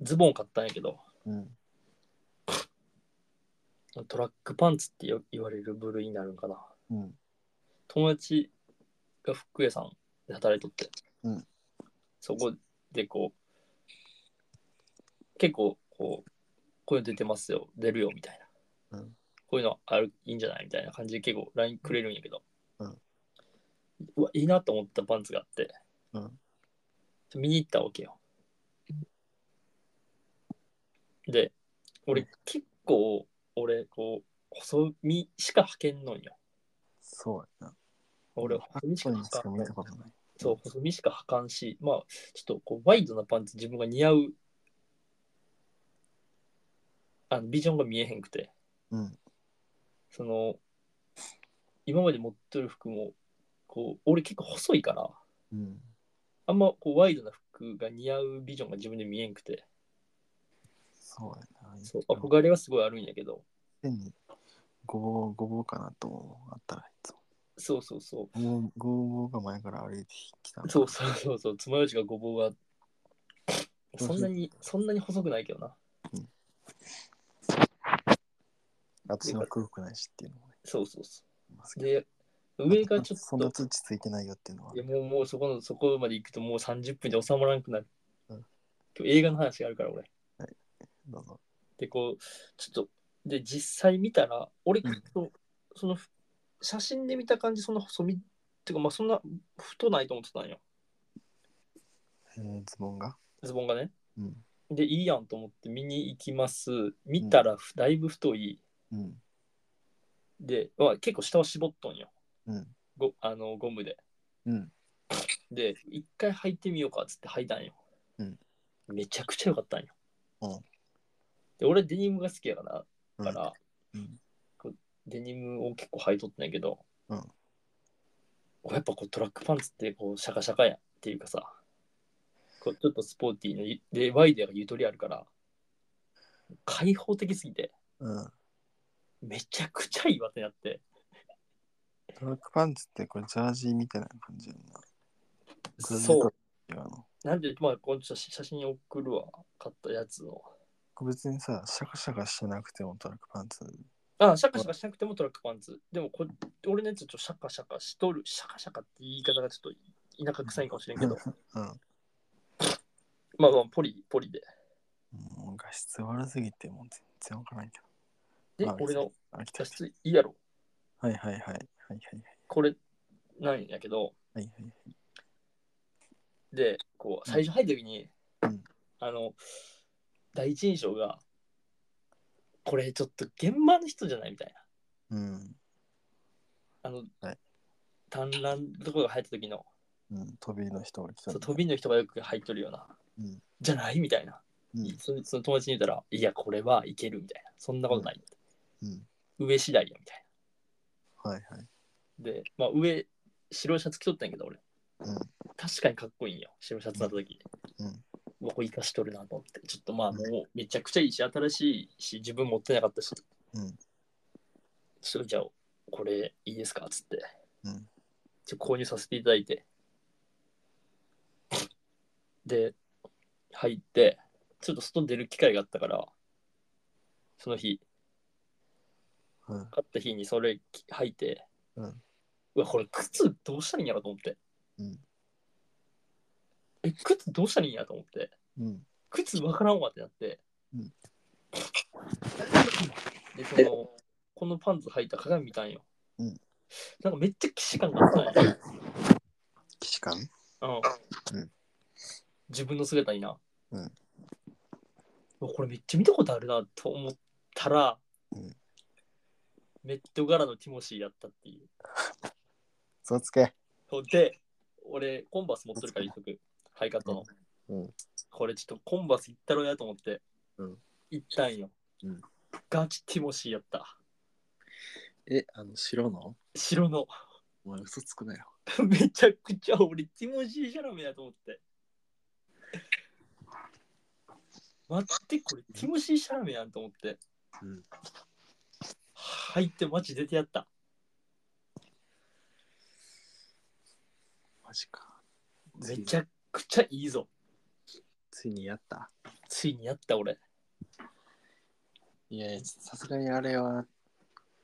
[SPEAKER 1] ズボン買ったんやけど、
[SPEAKER 3] うん
[SPEAKER 1] トラックパンツってよ言われる部類になるんかな。
[SPEAKER 3] うん
[SPEAKER 1] 友達が服屋さんで働いとって、
[SPEAKER 3] うん
[SPEAKER 1] そこでこう結構こうこういうの出てますよ出るよみたいな、
[SPEAKER 3] うん
[SPEAKER 1] こういうのあるいいんじゃないみたいな感じで結構 LINE くれるんやけど、
[SPEAKER 3] うん
[SPEAKER 1] うわいいなと思ったパンツがあって、
[SPEAKER 3] うん
[SPEAKER 1] 見に行ったわけよで俺結構俺こう細身しか履けんのんよ
[SPEAKER 3] そうやな
[SPEAKER 1] 俺
[SPEAKER 3] あっ
[SPEAKER 1] 細身しか
[SPEAKER 3] こに
[SPEAKER 1] 履かん
[SPEAKER 3] しか見たことない
[SPEAKER 1] そう、細身しか履かんし、まあ、ちょっとこうワイドなパンツ自分が似合う、あのビジョンが見えへんくて、
[SPEAKER 3] うん
[SPEAKER 1] その、今まで持ってる服も、こう、俺結構細いから、
[SPEAKER 3] うん
[SPEAKER 1] あんまこうワイドな服が似合うビジョンが自分で見えんくて、
[SPEAKER 3] そうやな
[SPEAKER 1] そう、憧れはすごいあるんやけど、
[SPEAKER 3] 手にごぼうごぼうかなと思うあったらいつも
[SPEAKER 1] そうそうそ
[SPEAKER 3] ごぼうごぼうが前から歩いてきた
[SPEAKER 1] う、そうそうそうそう、つまようじがごぼうは、そんなに、そんなに細くないけどな。
[SPEAKER 3] あ土の黒くないしっていうのもね
[SPEAKER 1] そうそうそ
[SPEAKER 3] あります
[SPEAKER 1] う。
[SPEAKER 3] けど
[SPEAKER 1] で、上がちょっ
[SPEAKER 3] そん
[SPEAKER 1] と
[SPEAKER 3] な、土ついてないよっていうのはい
[SPEAKER 1] やもうもうそこのそこまで行くともう30分で収まらなくなる。
[SPEAKER 3] うん
[SPEAKER 1] 今日映画の話があるから俺。
[SPEAKER 3] どうぞ
[SPEAKER 1] でこうちょっとで実際見たら俺
[SPEAKER 3] うん
[SPEAKER 1] そのその写真で見た感じそんな細身っていうかまあそんな太ないと思ってたんよ
[SPEAKER 3] えーズボンが
[SPEAKER 1] ズボンがね
[SPEAKER 3] うん。
[SPEAKER 1] でいいやんと思って見に行きます見たらだいぶ太い
[SPEAKER 3] うん。
[SPEAKER 1] で、まあ、結構下は絞っとんよ
[SPEAKER 3] うん。
[SPEAKER 1] ごあのゴムで
[SPEAKER 3] うん。
[SPEAKER 1] で一回履いてみようかっつって履いたんよ、
[SPEAKER 3] うん
[SPEAKER 1] めちゃくちゃ良かったんよ、
[SPEAKER 3] うん
[SPEAKER 1] で俺デニムが好きやから
[SPEAKER 3] うん
[SPEAKER 1] から、
[SPEAKER 3] うん
[SPEAKER 1] こうデニムを結構履いとったんやけど、
[SPEAKER 3] うん
[SPEAKER 1] こうやっぱこうトラックパンツってこうシャカシャカやっていうかさこうちょっとスポーティーのゆでワイデアがゆとりあるから開放的すぎて
[SPEAKER 3] うん。
[SPEAKER 1] めちゃくちゃいいわってなって
[SPEAKER 3] トラックパンツってこれジャージみたいな感じやんな。
[SPEAKER 1] そう
[SPEAKER 3] う。違うの。
[SPEAKER 1] なんでまあこの写真写真送るわ買ったやつを
[SPEAKER 3] 別にさ、シャカシャカしてなくてもトラックパンツ。
[SPEAKER 1] あ、シャカシャカしなくてもトラックパンツ。でもこ、俺のやつちょっとシャカシャカしとる。シャカシャカって言い方がちょっと田舎臭いかもしれんけど。
[SPEAKER 3] うん。
[SPEAKER 1] まあまあ、ポリ、ポリで。
[SPEAKER 3] もう画質悪すぎてもう全然わからんけ
[SPEAKER 1] で
[SPEAKER 3] ど。あ、
[SPEAKER 1] 俺の。
[SPEAKER 3] あ、来た
[SPEAKER 1] 画
[SPEAKER 3] 来た
[SPEAKER 1] 質いいやろ。
[SPEAKER 3] はいはいはい。はいはい
[SPEAKER 1] これ、なんやけど。
[SPEAKER 3] はい。はいはい。
[SPEAKER 1] で、こう、最初入った時に、
[SPEAKER 3] うん
[SPEAKER 1] あの、第一印象が、これちょっと現場の人じゃないみたいな。
[SPEAKER 3] うん。
[SPEAKER 1] あの、
[SPEAKER 3] はい
[SPEAKER 1] 単乱ところが入った時の、
[SPEAKER 3] うん。飛びの人が来た
[SPEAKER 1] そう。飛びの人がよく入っとるような、
[SPEAKER 3] うん
[SPEAKER 1] じゃないみたいな。
[SPEAKER 3] うん。
[SPEAKER 1] そのその友達に言ったら、いや、これはいけるみたいな。そんなことない。
[SPEAKER 3] うん。
[SPEAKER 1] 上次第やみたい
[SPEAKER 3] はいはい。
[SPEAKER 1] な。で、まあ、上、白いシャツ着とったんやけど、俺。
[SPEAKER 3] うん
[SPEAKER 1] 確かにかっこいいんよ、白いシャツなった時。
[SPEAKER 3] うん
[SPEAKER 1] うわこれ生かしとるなと思って。ちょっとまあ、もうめちゃくちゃいいし、新しいし、自分持ってなかったし。
[SPEAKER 3] うん
[SPEAKER 1] ちょっとじゃあ、これいいですかっつって。
[SPEAKER 3] うん
[SPEAKER 1] ちょっと購入させていただいて。で、入って、ちょっと外出る機会があったから、その日、
[SPEAKER 3] うん。
[SPEAKER 1] 買った日にそれき履いて、
[SPEAKER 3] うん
[SPEAKER 1] わこれ靴どうしたらいいんやろと思って、
[SPEAKER 3] うん
[SPEAKER 1] え靴どうしたらいいんやと思って
[SPEAKER 3] うん。
[SPEAKER 1] 靴わからんわってなって、
[SPEAKER 3] うん
[SPEAKER 1] でそのこのパンツ履いた鏡見たんよ、
[SPEAKER 3] うん
[SPEAKER 1] なんかめっちゃ既視感があったんよ、
[SPEAKER 3] 騎士官
[SPEAKER 1] うん
[SPEAKER 3] うん
[SPEAKER 1] 自分の姿にな、
[SPEAKER 3] うん
[SPEAKER 1] わこれめっちゃ見たことあるなと思ったら、
[SPEAKER 3] うん
[SPEAKER 1] メット柄のティモシーやったっていう
[SPEAKER 3] そうつけ。
[SPEAKER 1] そうで、俺、コンバース持っとるから、一足、ハイカットの。
[SPEAKER 3] うん
[SPEAKER 1] これ、ちょっとコンバース行ったろうやと思って、
[SPEAKER 3] うん
[SPEAKER 1] 行ったんよ。
[SPEAKER 3] うん
[SPEAKER 1] ガチティモシーやった。
[SPEAKER 3] え、あの、白の
[SPEAKER 1] 白の。
[SPEAKER 3] お前嘘つくなよ。
[SPEAKER 1] めちゃくちゃ俺、ティモシー・シャラメやと思って。待って、これ、ティモシー・シャラメやんと思って。
[SPEAKER 3] うん
[SPEAKER 1] 入って、マジ出てやった。
[SPEAKER 3] マジか。
[SPEAKER 1] めちゃくちゃいいぞ。
[SPEAKER 3] ついにやった。
[SPEAKER 1] ついにやった、俺。
[SPEAKER 3] いやいや、さすがにあれは、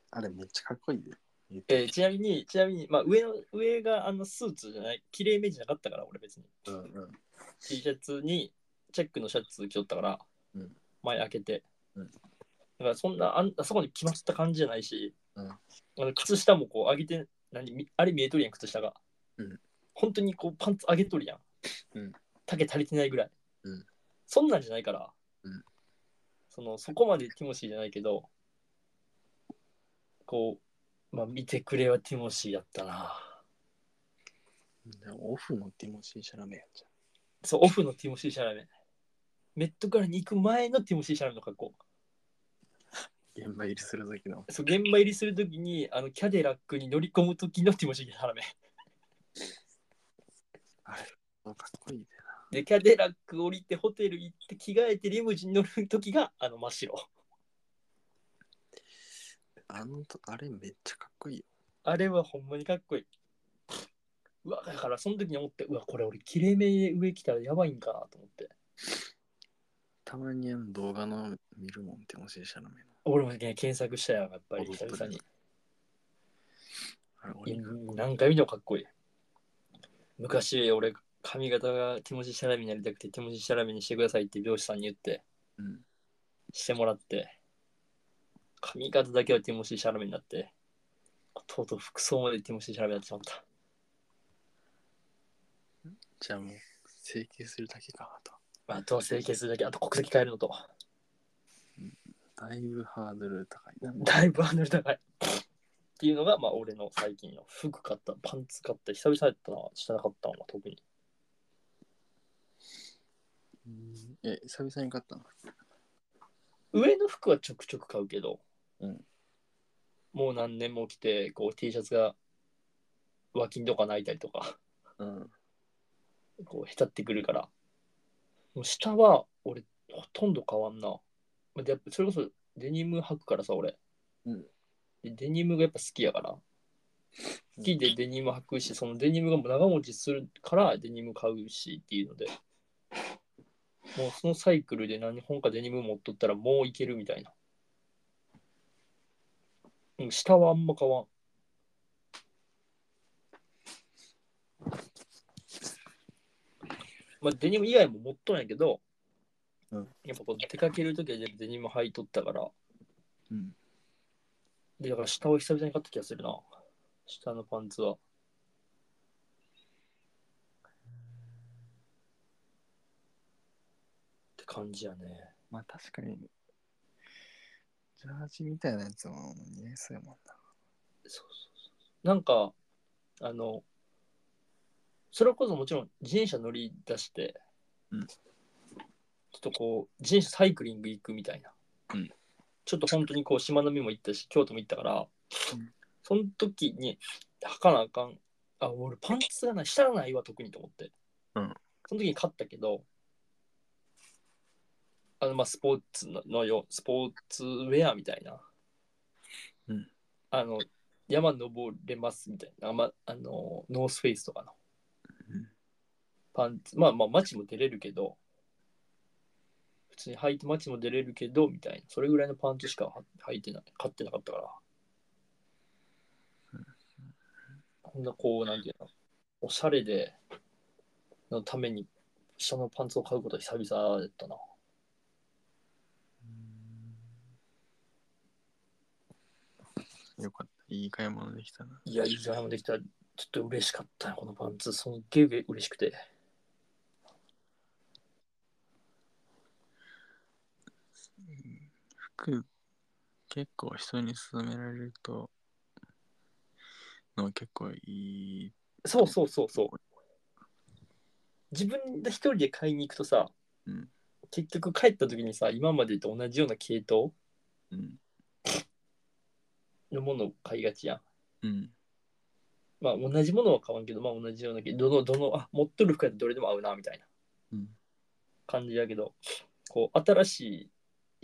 [SPEAKER 3] あれめっちゃかっこいいで。
[SPEAKER 1] えーちなみに、ちなみに、まあ、上の上があのスーツじゃない、綺麗めじゃなかったから、俺別に。
[SPEAKER 3] うんうん。
[SPEAKER 1] T シャツに、チェックのシャツ着とったから、
[SPEAKER 3] うん
[SPEAKER 1] 前開けて。
[SPEAKER 3] うん
[SPEAKER 1] だから、そんなあん、あそこに決まった感じじゃないし、
[SPEAKER 3] うん
[SPEAKER 1] あの靴下もこう上げて、何みあれ見えとるやん、靴下が。
[SPEAKER 3] うん
[SPEAKER 1] 本当にこうパンツ上げとるやん。
[SPEAKER 3] うん
[SPEAKER 1] 丈足りてないぐらい。
[SPEAKER 3] うん
[SPEAKER 1] そんなんじゃないから、
[SPEAKER 3] うん
[SPEAKER 1] そのそこまでティモシーじゃないけど、こう、まあ、見てくれはティモシーやったな。
[SPEAKER 3] オフのティモシー・シャラメやんじ
[SPEAKER 1] そう、オフのティモシー・シャラメ。メットからに行く前のティモシー・シャラメの格好。
[SPEAKER 3] ゃん。現場入りする時の。
[SPEAKER 1] そう、現場入りするときに、あの、キャデラックに乗り込むときのティモシー・シャラメ。
[SPEAKER 3] かっこいいで。
[SPEAKER 1] で、キャデラック降りて、ホテル行って、着替えて、リムジン乗るときが、あの、真っ白。
[SPEAKER 3] あのと、あれめっちゃかっこいいよ。
[SPEAKER 1] あれはほんまにかっこいい。うわ、だからその時に思って、うわ、これ俺、きれいめ上来たらやばいんかなと思って。
[SPEAKER 3] たまにあの動画の見るもん、ティモシー・シャラメの。
[SPEAKER 1] 俺も、ね、検索したよ、やっぱり、
[SPEAKER 3] 踊っ
[SPEAKER 1] 久
[SPEAKER 3] とる
[SPEAKER 1] 々に。
[SPEAKER 3] あれ、
[SPEAKER 1] い
[SPEAKER 3] 俺
[SPEAKER 1] や
[SPEAKER 3] が
[SPEAKER 1] 何回見てもかっこいい。昔俺髪型が手持ちシャラメになりたくて手持ちシャラメにしてくださいって美容師さんに言って
[SPEAKER 3] うん。
[SPEAKER 1] してもらって髪型だけは手持ちシャラメになってとうとう服装まで言ってもして調べてしまった。
[SPEAKER 2] じゃあもう、整形するだけか、あと。
[SPEAKER 1] まあ、どう整形するだけ、あと国籍変えるのと。
[SPEAKER 2] だいぶハードル高いな。
[SPEAKER 1] だいぶハードル高い。っていうのが、まあ、俺の最近の服買った、パンツ買った、久々やったな、してなかったのは特に。
[SPEAKER 2] え、久々に買ったの
[SPEAKER 1] 上の服はちょくちょく買うけど、
[SPEAKER 2] うん
[SPEAKER 1] もう何年も着て、こう T シャツが脇んとか泣いたりとか、
[SPEAKER 2] うん。
[SPEAKER 1] こう、へたってくるから。もう下は、俺、ほとんど変わんな。まあでやっぱそれこそ、デニム履くからさ、俺。
[SPEAKER 2] うん
[SPEAKER 1] でデニムがやっぱ好きやから。好きでデニム履くし、そのデニムがもう長持ちするからデニム買うしっていうので、もうそのサイクルで何本かデニム持っとったらもういけるみたいな。うん下はあんま変わん。まあ、デニム以外も持っとんやけど、
[SPEAKER 2] うん
[SPEAKER 1] やっぱこう出かけるときはデニム履いとったから、
[SPEAKER 2] うん。
[SPEAKER 1] で、だから下を久々に買った気がするな。下のパンツは。って感じやね。
[SPEAKER 2] まあ確かに、ジャージみたいなやつも似合いそうやもんな。
[SPEAKER 1] そうそうそう。なんか、あの、それこそもちろん自転車乗り出して、
[SPEAKER 2] うん
[SPEAKER 1] ちょっとこう、自転車サイクリング行くみたいな。
[SPEAKER 2] うん
[SPEAKER 1] ちょっと本当にこう、しまなみも行ったし、京都も行ったから、
[SPEAKER 2] うん
[SPEAKER 1] その時に履かなあかん。あ、俺パンツがない、下がないわ、特にと思って。
[SPEAKER 2] うん
[SPEAKER 1] その時に買ったけど、あの、まあ、スポーツののよ、スポーツウェアみたいな。
[SPEAKER 2] うん
[SPEAKER 1] あの、山登れますみたいな、あまあのノースフェイスとかの
[SPEAKER 2] うん
[SPEAKER 1] パンツ、まあまあ街も出れるけど、普通に履いて街も出れるけどみたいな、それぐらいのパンツしか履いてない、買ってなかったから。こんなこう、なんていうの、おしゃれでのために下のパンツを買うことは久々だったな。
[SPEAKER 2] よかった。いい買い物できたな。
[SPEAKER 1] いや、いいドラマできたら、ちょっと嬉しかったなこのパンツ。すっげえ嬉しくて。
[SPEAKER 2] 服、結構人に勧められると、の結構いい。
[SPEAKER 1] そうそうそうそう。自分で一人で買いに行くとさ、
[SPEAKER 2] うん
[SPEAKER 1] 結局帰った時にさ、今までと同じような系統
[SPEAKER 2] うん。
[SPEAKER 1] のものを買いがちやん。
[SPEAKER 2] うん。
[SPEAKER 1] まあ同じものは買わんけど、まあ同じような系どの、どの、あ、持っとる服やったらどれでも合うな、みたいな
[SPEAKER 2] うん。
[SPEAKER 1] 感じやけど、こう、新しい、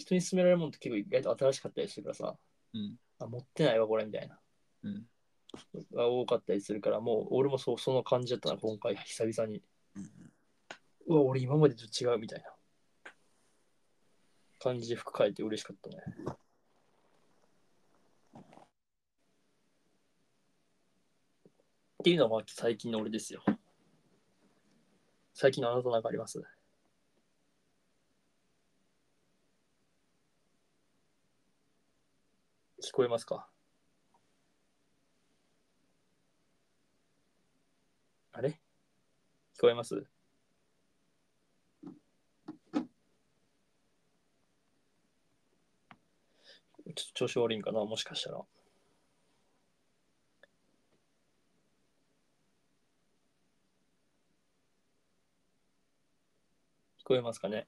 [SPEAKER 1] 人に勧められるものって結構意外と新しかったりするからさ、
[SPEAKER 2] うん。
[SPEAKER 1] あ、持ってないわ、これ、みたいな。
[SPEAKER 2] うん。
[SPEAKER 1] が多かったりするから、もう俺もそうその感じだったな、今回、久々に。うわ、俺今までと違うみたいな感じで服変えて嬉しかったね。っていうのは最近の俺ですよ。最近のあなたなんかあります聞こえますかあれ聞こえますちょっと調子悪いんかなもしかしたら。聞こえますかね